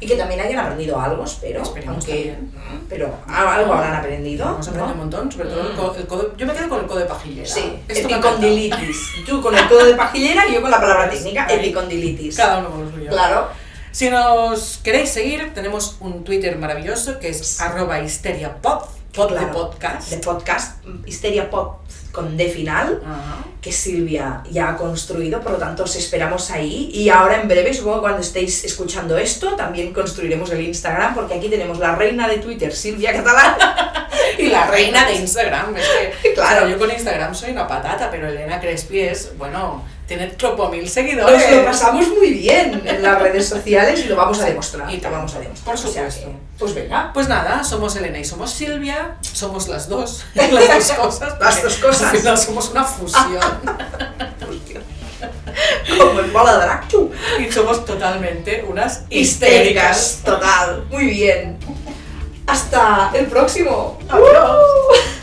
[SPEAKER 1] Y que también hayan aprendido algo, espero.
[SPEAKER 2] Esperemos
[SPEAKER 1] aunque,
[SPEAKER 2] también.
[SPEAKER 1] Pero a- algo habrán aprendido.
[SPEAKER 2] Hemos aprendido
[SPEAKER 1] ¿no?
[SPEAKER 2] un montón, sobre todo el
[SPEAKER 1] Mm.
[SPEAKER 2] co- el codo- Yo me quedo con el codo de pajillera.
[SPEAKER 1] Sí,
[SPEAKER 2] Esto me ha encantado.
[SPEAKER 1] epicondilitis. Tú con el codo de pajillera y yo con la palabra técnica,
[SPEAKER 2] Ahí.
[SPEAKER 1] epicondilitis.
[SPEAKER 2] Cada uno con lo suyo.
[SPEAKER 1] Claro.
[SPEAKER 2] Si nos queréis seguir, tenemos un Twitter maravilloso que es arroba histeriapod, pod de
[SPEAKER 1] Claro.
[SPEAKER 2] podcast.
[SPEAKER 1] De podcast, Histeria Pop con D final.
[SPEAKER 2] Ajá.
[SPEAKER 1] que Silvia ya ha construido, por lo tanto os esperamos ahí y ahora en breve, supongo cuando estéis escuchando esto, también construiremos el Instagram porque aquí tenemos la reina de Twitter, Silvia Catalán,
[SPEAKER 2] Y la reina de Instagram, es que,
[SPEAKER 1] Claro.
[SPEAKER 2] claro, yo con Instagram soy una patata, pero Elena Crespi es, bueno, tiene tropo mil seguidores.
[SPEAKER 1] Nos Pues lo pasamos muy bien en las redes sociales y lo vamos a demostrar.
[SPEAKER 2] Y
[SPEAKER 1] te
[SPEAKER 2] te
[SPEAKER 1] vamos a
[SPEAKER 2] Por
[SPEAKER 1] demostrar. O sea
[SPEAKER 2] supuesto.
[SPEAKER 1] que, pues venga.
[SPEAKER 2] Pues nada, somos Elena y somos Silvia, somos las dos, las dos cosas.
[SPEAKER 1] Las dos
[SPEAKER 2] porque
[SPEAKER 1] cosas.
[SPEAKER 2] Al final somos una fusión
[SPEAKER 1] Como el bola de drag, chu.
[SPEAKER 2] y somos totalmente unas
[SPEAKER 1] Histéricas,
[SPEAKER 2] histéricas. Ah,
[SPEAKER 1] total. Muy bien. Hasta el próximo.
[SPEAKER 2] Adiós.
[SPEAKER 1] Uh.